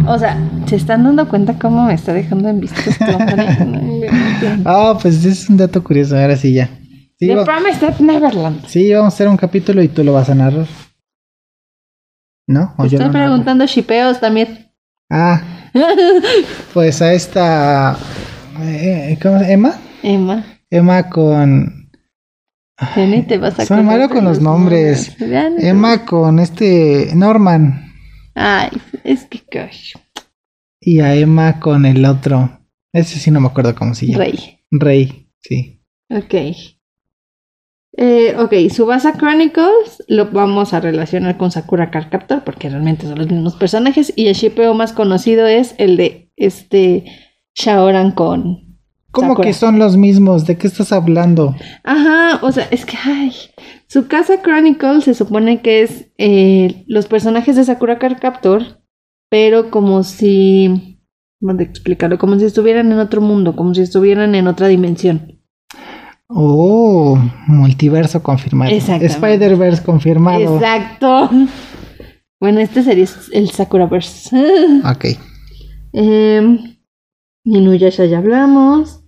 Speaker 3: O sea, ¿se están dando cuenta cómo me está dejando en visto este
Speaker 2: (laughs)
Speaker 3: hombre? No, no entiendo.
Speaker 2: Ah, pues es un dato curioso, ahora sí ya. Sí,
Speaker 3: The
Speaker 2: va-
Speaker 3: Promised Neverland.
Speaker 2: sí, vamos a hacer un capítulo y tú lo vas a narrar. ¿No? ¿O yo
Speaker 3: Estoy
Speaker 2: no narro?
Speaker 3: preguntando shipeos también. (laughs)
Speaker 2: Ah, pues a esta... eh, ¿Cómo se llama?
Speaker 3: Emma,
Speaker 2: Emma? Emma con...
Speaker 3: ya ni te vas a
Speaker 2: Soy
Speaker 3: acordar
Speaker 2: malo
Speaker 3: de
Speaker 2: con los nombres.
Speaker 3: Ya ni te-
Speaker 2: Emma con este Norman.
Speaker 3: Ay, es que gosh.
Speaker 2: Y a Emma con el otro. Ese sí no me acuerdo cómo se llama.
Speaker 3: Rey.
Speaker 2: Rey, sí.
Speaker 3: Ok. Eh, ok, Subasa Chronicles lo vamos a relacionar con Sakura Card Captor porque realmente son los mismos personajes. Y el shipeo más conocido es el de este Shaoran con
Speaker 2: ¿Cómo
Speaker 3: Sakura.
Speaker 2: que son los mismos? ¿De qué estás hablando?
Speaker 3: Ajá, o sea, es que, ay, su casa Chronicle se supone que es eh, los personajes de Sakura Card Captor, pero como si, ¿cómo te explicarlo? Como si estuvieran en otro mundo, como si estuvieran en otra dimensión.
Speaker 2: Oh, multiverso confirmado.
Speaker 3: Exactamente.
Speaker 2: Spider-Verse confirmado.
Speaker 3: Exacto. (laughs) Bueno, este sería el Sakuraverse. (laughs)
Speaker 2: Ok.
Speaker 3: Eh, Inuyasha ya hablamos.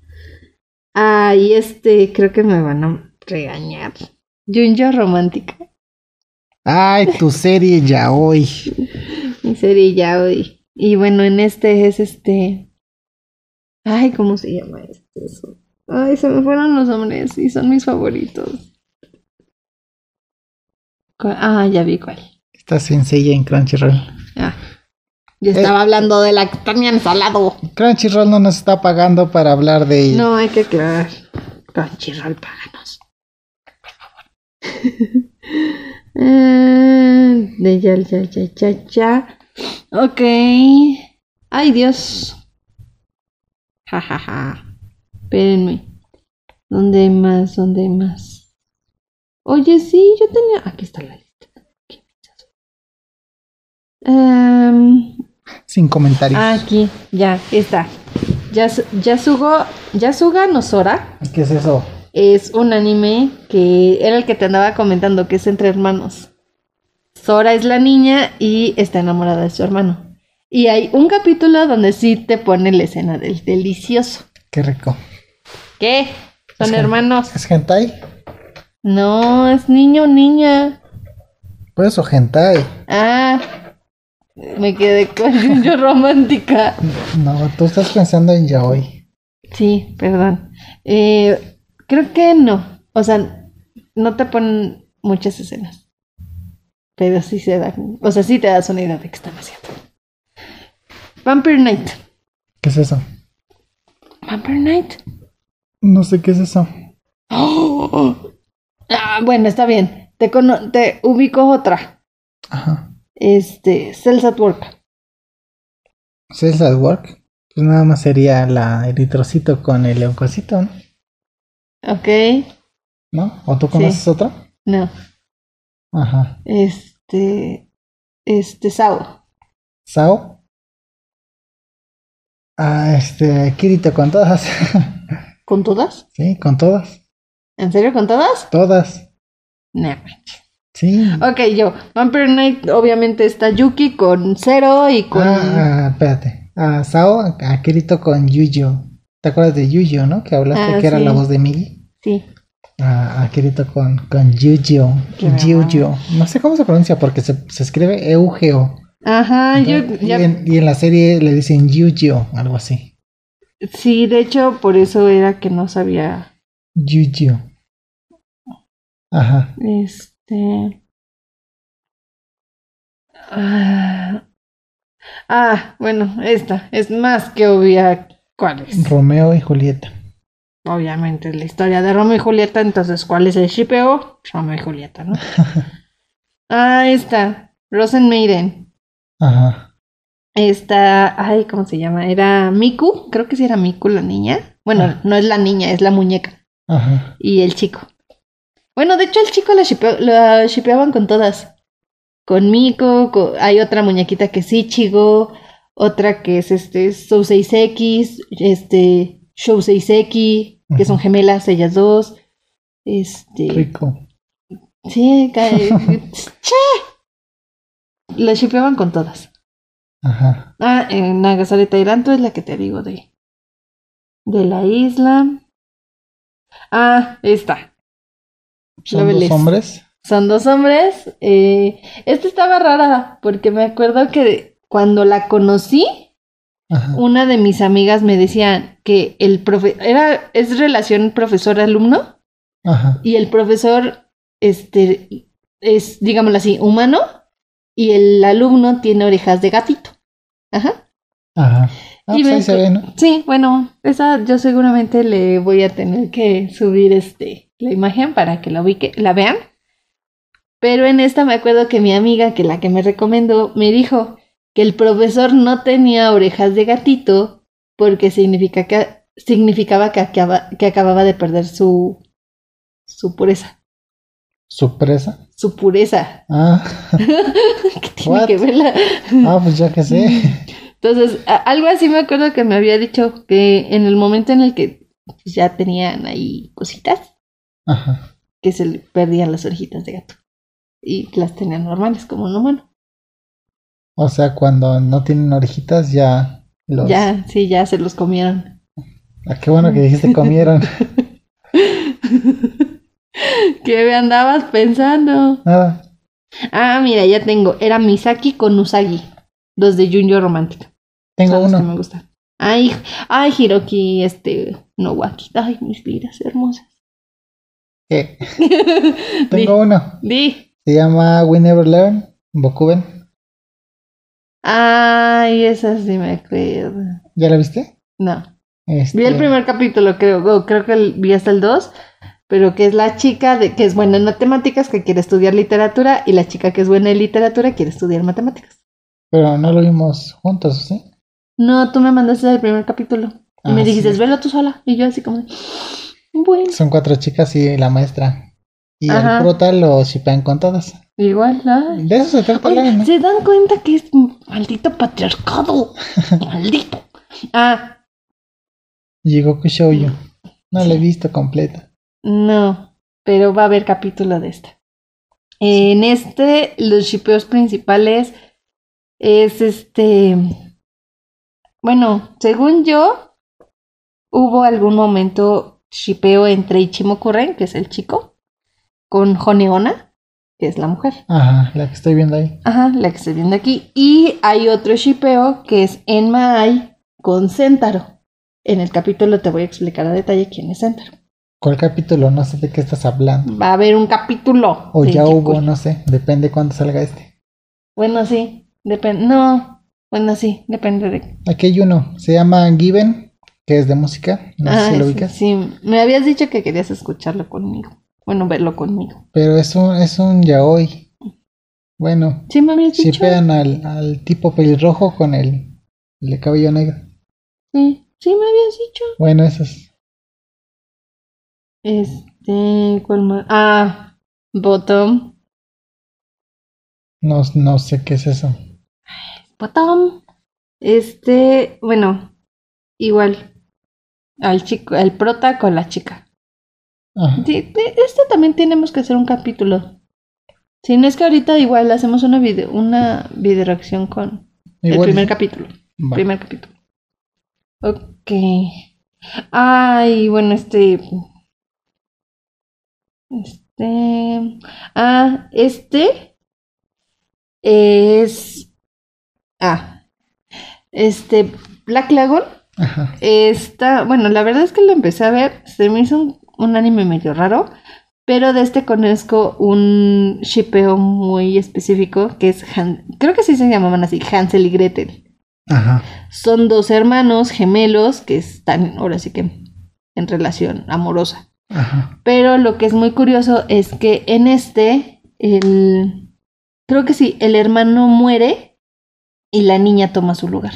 Speaker 3: Ah, y este, creo que me van a regañar. Junjo Romántica.
Speaker 2: Ay, tu serie ya hoy.
Speaker 3: Mi serie ya hoy. Y bueno, en este es este. Ay, ¿cómo se llama este? Eso. Ay, se me fueron los hombres y son mis favoritos. Cu- Ah, ya vi cuál.
Speaker 2: Está sencilla en Crunchyroll.
Speaker 3: Ah. Yo estaba hablando de la que tenían salado.
Speaker 2: Crunchyroll no nos está pagando para hablar de ella.
Speaker 3: No, hay que aclarar. Crunchyroll, páganos. (laughs) Por favor. Eh, de ya, ya, ya, ya, ya. Ok. Ay, Dios. Ja, ja, ja. Espérenme. ¿Dónde hay más? ¿Dónde hay más? Oye, sí, yo tenía... Aquí está la lista. Aquí. Em,
Speaker 2: Sin comentarios.
Speaker 3: Ah, Aquí, ya, está. Yasu- Yasugo, Yasuga no Sora
Speaker 2: ¿Qué es eso?
Speaker 3: es un anime que era el que te andaba comentando, que es entre hermanos. Sora es la niña y está enamorada de su hermano. Y hay un capítulo donde sí te pone la escena del delicioso.
Speaker 2: Qué rico.
Speaker 3: ¿Qué? Son
Speaker 2: Sí.
Speaker 3: hermanos.
Speaker 2: ¿Es hentai?
Speaker 3: No, es niño o niña.
Speaker 2: Por eso hentai.
Speaker 3: Ah, me quedé con (laughs) yo romántica.
Speaker 2: No, tú estás pensando en ya hoy.
Speaker 3: Sí, perdón. Eh, creo que no. O sea, no te ponen muchas escenas. Pero sí se da. O sea, sí te das una idea de que están haciendo. Vampire Night.
Speaker 2: ¿Qué es eso?
Speaker 3: Vampire Night.
Speaker 2: No sé qué es eso.
Speaker 3: ¡Oh! Ah, bueno, está bien. Te, cono- te ubico otra.
Speaker 2: Ajá.
Speaker 3: Este, Cells at Work.
Speaker 2: ¿Sales at work? Pues nada más sería la, el litrocito con el leucocito, ¿no?
Speaker 3: Ok.
Speaker 2: ¿No? ¿O tú conoces otra?
Speaker 3: No.
Speaker 2: Ajá.
Speaker 3: Este. Este. Este, Sao.
Speaker 2: Sao. Ah, este, Kirito con todas. (laughs)
Speaker 3: ¿Con todas?
Speaker 2: sí, con todas.
Speaker 3: ¿En serio, con todas?
Speaker 2: Todas.
Speaker 3: Nah.
Speaker 2: Sí.
Speaker 3: Ok, yo. Vampire Knight, obviamente, está Yuki con Zero y con.
Speaker 2: Ah, espérate. A Sao, a Kirito con Yuyo. ¿Te acuerdas de Yuyo, no? Que hablaste
Speaker 3: Ah,
Speaker 2: que era
Speaker 3: sí.
Speaker 2: la voz de Migi.
Speaker 3: Sí.
Speaker 2: a, a Kirito con, con Yu-Gi-Oh!
Speaker 3: Qué raro.
Speaker 2: Yu-Gi-Oh! No sé cómo se pronuncia porque se, se escribe E Eugeo.
Speaker 3: Ajá, Ah, yo.
Speaker 2: y,
Speaker 3: ya-
Speaker 2: en, y en la serie le dicen Yu-Gi-Oh! Algo así.
Speaker 3: Sí, de hecho, por eso era que no sabía.
Speaker 2: Yu-Gi-Oh! Ajá.
Speaker 3: Este. Ah, Ah, bueno, esta. Es más que obvia cuál es.
Speaker 2: Romeo y Julieta.
Speaker 3: Obviamente, la historia de Romeo y Julieta. Entonces, ¿cuál es el shipeo? Romeo y Julieta, ¿no? ah, esta. Rosen Maiden.
Speaker 2: Ajá.
Speaker 3: Esta. Ay, ¿cómo se llama? Era Miku. Creo que sí era Miku la niña. Bueno,
Speaker 2: Ah.
Speaker 3: no es la niña, es la muñeca.
Speaker 2: Ajá.
Speaker 3: y el chico. Bueno, de hecho el chico la, shipeo- la shipeaban con todas. Con Miko, co- hay otra muñequita que es Ichigo, otra que es este Sou 6X, este Show 6X, que son
Speaker 2: Ujú.
Speaker 3: gemelas ellas dos. Este,
Speaker 2: Rico.
Speaker 3: sí,
Speaker 2: (laughs)
Speaker 3: cae- che. La shipeaban con todas.
Speaker 2: Ajá.
Speaker 3: Ah, en Nagasari Tairanto es la que te digo de de la isla. Ah, esta.
Speaker 2: Son
Speaker 3: Loveless.
Speaker 2: dos hombres.
Speaker 3: Son dos hombres. eh, esta estaba rara porque me acuerdo que cuando la conocí,
Speaker 2: Ajá.
Speaker 3: una de mis amigas me decía que el profe era es relación profesor-alumno
Speaker 2: Ajá.
Speaker 3: y el profesor este es digámoslo así humano y el alumno tiene orejas de gatito. Ajá.
Speaker 2: Ajá. Ah,
Speaker 3: Y
Speaker 2: pues ahí
Speaker 3: ven
Speaker 2: se
Speaker 3: que-
Speaker 2: ve, ¿no?
Speaker 3: Sí, bueno, esa yo seguramente le voy a tener que subir este la imagen para que la ubique, la vean. Pero en esta me acuerdo que mi amiga, que la que me recomendó, me dijo que el profesor no tenía orejas de gatito porque significa que significaba que acaba- que acababa de perder su su pureza,
Speaker 2: Su presa.
Speaker 3: su pureza. (laughs)
Speaker 2: Ah.
Speaker 3: ¿Qué tiene
Speaker 2: What?
Speaker 3: que ver la-
Speaker 2: ah, pues ya que
Speaker 3: (laughs)
Speaker 2: sé.
Speaker 3: Entonces, a- algo así me acuerdo que me había dicho que en el momento en el que pues, ya tenían ahí cositas,
Speaker 2: Ajá.
Speaker 3: que se le perdían las orejitas de gato. Y las tenían normales, como un humano.
Speaker 2: O sea, cuando no tienen orejitas ya los...
Speaker 3: Ya, sí, ya se los comieron. (laughs)
Speaker 2: Ah, qué bueno que dijiste comieron.
Speaker 3: ¿Qué me andabas pensando?
Speaker 2: Nada.
Speaker 3: Ah, mira, ya tengo. Era Misaki con Usagi. Los de Junjo Romántico.
Speaker 2: Tengo
Speaker 3: Son los que
Speaker 2: uno.
Speaker 3: me gustan. Ay, ay, Hiroki, este, Nowaki. Ay, mis vidas hermosas.
Speaker 2: Eh,
Speaker 3: (laughs)
Speaker 2: tengo uno.
Speaker 3: Di, di.
Speaker 2: Se llama We Never Learn, Bokuben.
Speaker 3: Ay, esa sí me acuerdo.
Speaker 2: ¿Ya la viste?
Speaker 3: No.
Speaker 2: Este,
Speaker 3: Vi el primer capítulo, creo. o creo que el- vi hasta el 2. Pero que es la chica de, que es buena en matemáticas, que quiere estudiar literatura, y la chica que es buena en literatura quiere estudiar matemáticas.
Speaker 2: Pero no lo vimos juntos, ¿sí?
Speaker 3: No, tú me mandaste el primer capítulo. Y me
Speaker 2: Ah,
Speaker 3: dijiste,
Speaker 2: sí.
Speaker 3: velo tú sola. Y yo así como, de, bueno,
Speaker 2: Son cuatro chicas y la maestra. Y
Speaker 3: Ajá.
Speaker 2: al prota lo shipean con todas.
Speaker 3: igual, ay.
Speaker 2: De eso se trata
Speaker 3: Oye,
Speaker 2: Learn, ¿no?
Speaker 3: ¿se dan cuenta que es maldito
Speaker 2: (laughs)
Speaker 3: patriarcado? maldito. Ah,
Speaker 2: Llegó Kushoujo. No la he visto completa.
Speaker 3: No, pero va a haber capítulo de esta. En este, los shipeos principales es este. Bueno, según yo, hubo algún momento shipeo entre Ichimo Kuren, que es el chico, con Honeona, que es la mujer.
Speaker 2: Ajá, la que estoy viendo ahí.
Speaker 3: Ajá, la que estoy viendo aquí. Y hay otro shipeo que es Enma Ai con Sentaro. En el capítulo te voy a explicar a detalle quién es Sentaro.
Speaker 2: ¿Cuál capítulo? No sé de qué estás hablando.
Speaker 3: Va a haber un capítulo.
Speaker 2: O
Speaker 3: de
Speaker 2: ya
Speaker 3: Ichimo
Speaker 2: hubo,
Speaker 3: Kuren.
Speaker 2: no sé. Depende cuándo salga este.
Speaker 3: Bueno, sí, depende. No, bueno, sí, depende de.
Speaker 2: Aquí hay uno. Se llama Given, que es de música. No
Speaker 3: Ah,
Speaker 2: sé si lo
Speaker 3: sí,
Speaker 2: ubicas.
Speaker 3: Sí, me habías dicho que querías escucharlo conmigo. Bueno, verlo conmigo.
Speaker 2: Pero es un, es un yaoi. Bueno,
Speaker 3: Sí, me habías dicho.
Speaker 2: shipean al, al tipo pelirrojo con el, el de cabello negro.
Speaker 3: Sí, sí, me habías dicho.
Speaker 2: Bueno, eso es.
Speaker 3: Este, ¿cuál más? Ah, Bottom.
Speaker 2: No, no sé qué es eso.
Speaker 3: Botón. Este, bueno, igual. Al chico, al prota con la chica.
Speaker 2: Ajá.
Speaker 3: De- de- este también tenemos que hacer un capítulo. Si no es que ahorita igual hacemos una video, una videoreacción con el
Speaker 2: Igual-
Speaker 3: primer capítulo.
Speaker 2: Va.
Speaker 3: Primer capítulo. Ok. Ay, bueno, este. Este. Ah, este. Es. Ah. Este. Black Lagoon.
Speaker 2: Ajá.
Speaker 3: Está. Bueno, la verdad es que lo empecé a ver. Se me hizo un, un anime medio raro. Pero de este conozco un shipeo muy específico que es Han- creo que sí se llamaban así, Hansel y Gretel
Speaker 2: Ajá.
Speaker 3: son dos hermanos gemelos que están ahora sí que en relación amorosa.
Speaker 2: Ajá.
Speaker 3: Pero lo que es muy curioso es que en este, el, creo que sí, el hermano muere y la niña toma su lugar.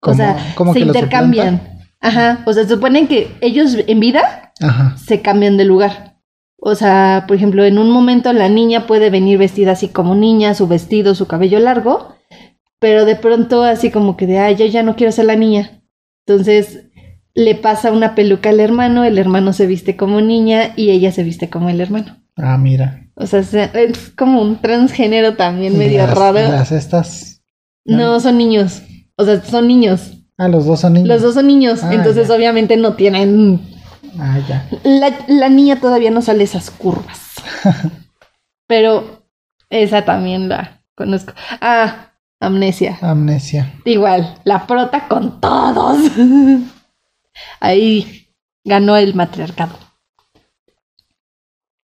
Speaker 2: Como-
Speaker 3: o sea,
Speaker 2: como
Speaker 3: se
Speaker 2: que lo
Speaker 3: intercambian. Ajá, o sea, se supone que ellos en vida
Speaker 2: Ajá.
Speaker 3: se cambian de lugar. O sea, por ejemplo, en un momento la niña puede venir vestida así como niña, su vestido, su cabello largo, pero de pronto así como que de, ay, yo ya no quiero ser la niña. Entonces le pasa una peluca al hermano, el hermano se viste como niña y ella se viste como el hermano.
Speaker 2: Ah, mira.
Speaker 3: O sea, se- es como un transgénero también medio
Speaker 2: Las-
Speaker 3: raro.
Speaker 2: Las estas.
Speaker 3: No, son niños. O sea, son niños.
Speaker 2: Ah, los dos son niños.
Speaker 3: Los dos son niños.
Speaker 2: Ah,
Speaker 3: entonces
Speaker 2: ya.
Speaker 3: obviamente no tienen
Speaker 2: Ah, ya.
Speaker 3: La, la niña todavía no sale esas
Speaker 2: (laughs)
Speaker 3: curvas. Pero esa también la conozco. Ah, amnesia.
Speaker 2: Amnesia.
Speaker 3: Igual, la prota con todos. (laughs) Ahí ganó el matriarcado.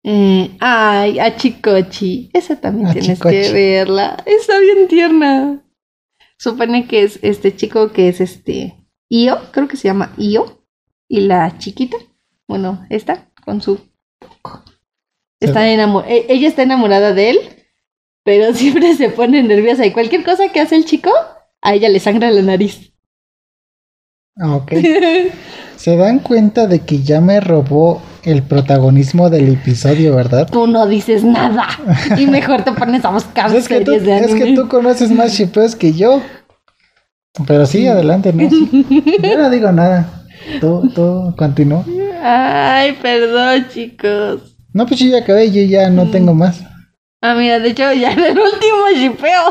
Speaker 3: Eh, ay, Achicochi. Esa también tienes que
Speaker 2: Achicochi.
Speaker 3: verla. Está bien tierna. Supone que es este chico que es este Io, creo que se llama Io. Y la chiquita, bueno, esta, con su. Está enamor- e- Ella está enamorada de él, pero (laughs) siempre se pone nerviosa. Y cualquier cosa que hace el chico, a ella le sangra la nariz. (laughs)
Speaker 2: Ah, ok. Se dan cuenta de que ya me robó el protagonismo del episodio, ¿verdad?
Speaker 3: tú no dices
Speaker 2: (laughs)
Speaker 3: nada. Y mejor te pones a buscar
Speaker 2: Pues es, que tú,
Speaker 3: Ah, series de
Speaker 2: es que
Speaker 3: anime.
Speaker 2: tú conoces más shipeos que yo. Pero sí, adelante,
Speaker 3: (laughs)
Speaker 2: ¿no? Sí. Yo no digo nada. Tú, tú, continúa.
Speaker 3: Ay, perdón, chicos.
Speaker 2: No, pues yo ya acabé, yo ya
Speaker 3: Mm.
Speaker 2: no tengo más.
Speaker 3: Ah, mira, de hecho, ya (laughs) era el último shipeo.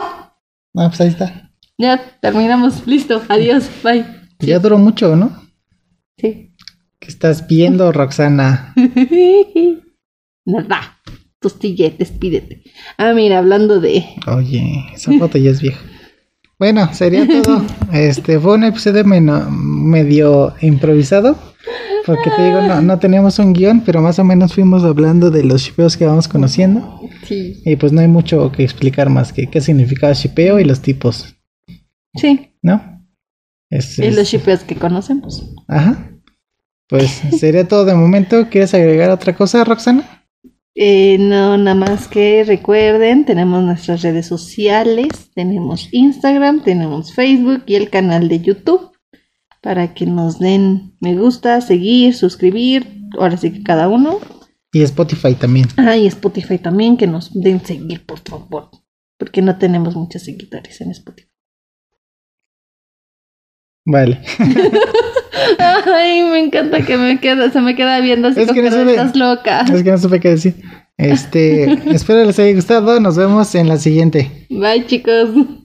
Speaker 2: Ah, pues ahí está.
Speaker 3: Ya terminamos. Listo. Adiós. Bye.
Speaker 2: Ya duró mucho, ¿no?
Speaker 3: Sí.
Speaker 2: ¿Qué estás viendo, Roxana?
Speaker 3: (laughs) Nada. Tus tilletes, pídete. Ah, mira, hablando de.
Speaker 2: Oye, esa foto ya es vieja. Bueno, sería
Speaker 3: (laughs)
Speaker 2: todo. Este fue un episodio meno- medio improvisado. Porque te digo, no, no teníamos un guión, pero más o menos fuimos hablando de los shipeos que vamos conociendo.
Speaker 3: Sí.
Speaker 2: Y pues no hay mucho que explicar más que qué significaba shipeo y los tipos,
Speaker 3: Sí.
Speaker 2: ¿no? Es-
Speaker 3: Y
Speaker 2: es-
Speaker 3: los shipeos que conocemos.
Speaker 2: Ajá. Pues sería todo de momento. ¿Quieres agregar otra cosa, Roxana?
Speaker 3: Eh, no, nada más que recuerden, tenemos nuestras redes sociales, tenemos Instagram, tenemos Facebook y el canal de YouTube para que nos den me gusta, seguir, suscribir, ahora sí que cada uno.
Speaker 2: Y Spotify también.
Speaker 3: Ah, y Spotify también, que nos den seguir, por favor, porque no tenemos muchos seguidores en Spotify.
Speaker 2: Vale.
Speaker 3: Ay, me encanta que me queda, se me queda viendo así
Speaker 2: Es
Speaker 3: como
Speaker 2: que no
Speaker 3: "Pero
Speaker 2: sabe-
Speaker 3: estás loca.
Speaker 2: Es que no supe qué decir. Este, espero les haya gustado. Nos vemos en la siguiente.
Speaker 3: Bye, chicos.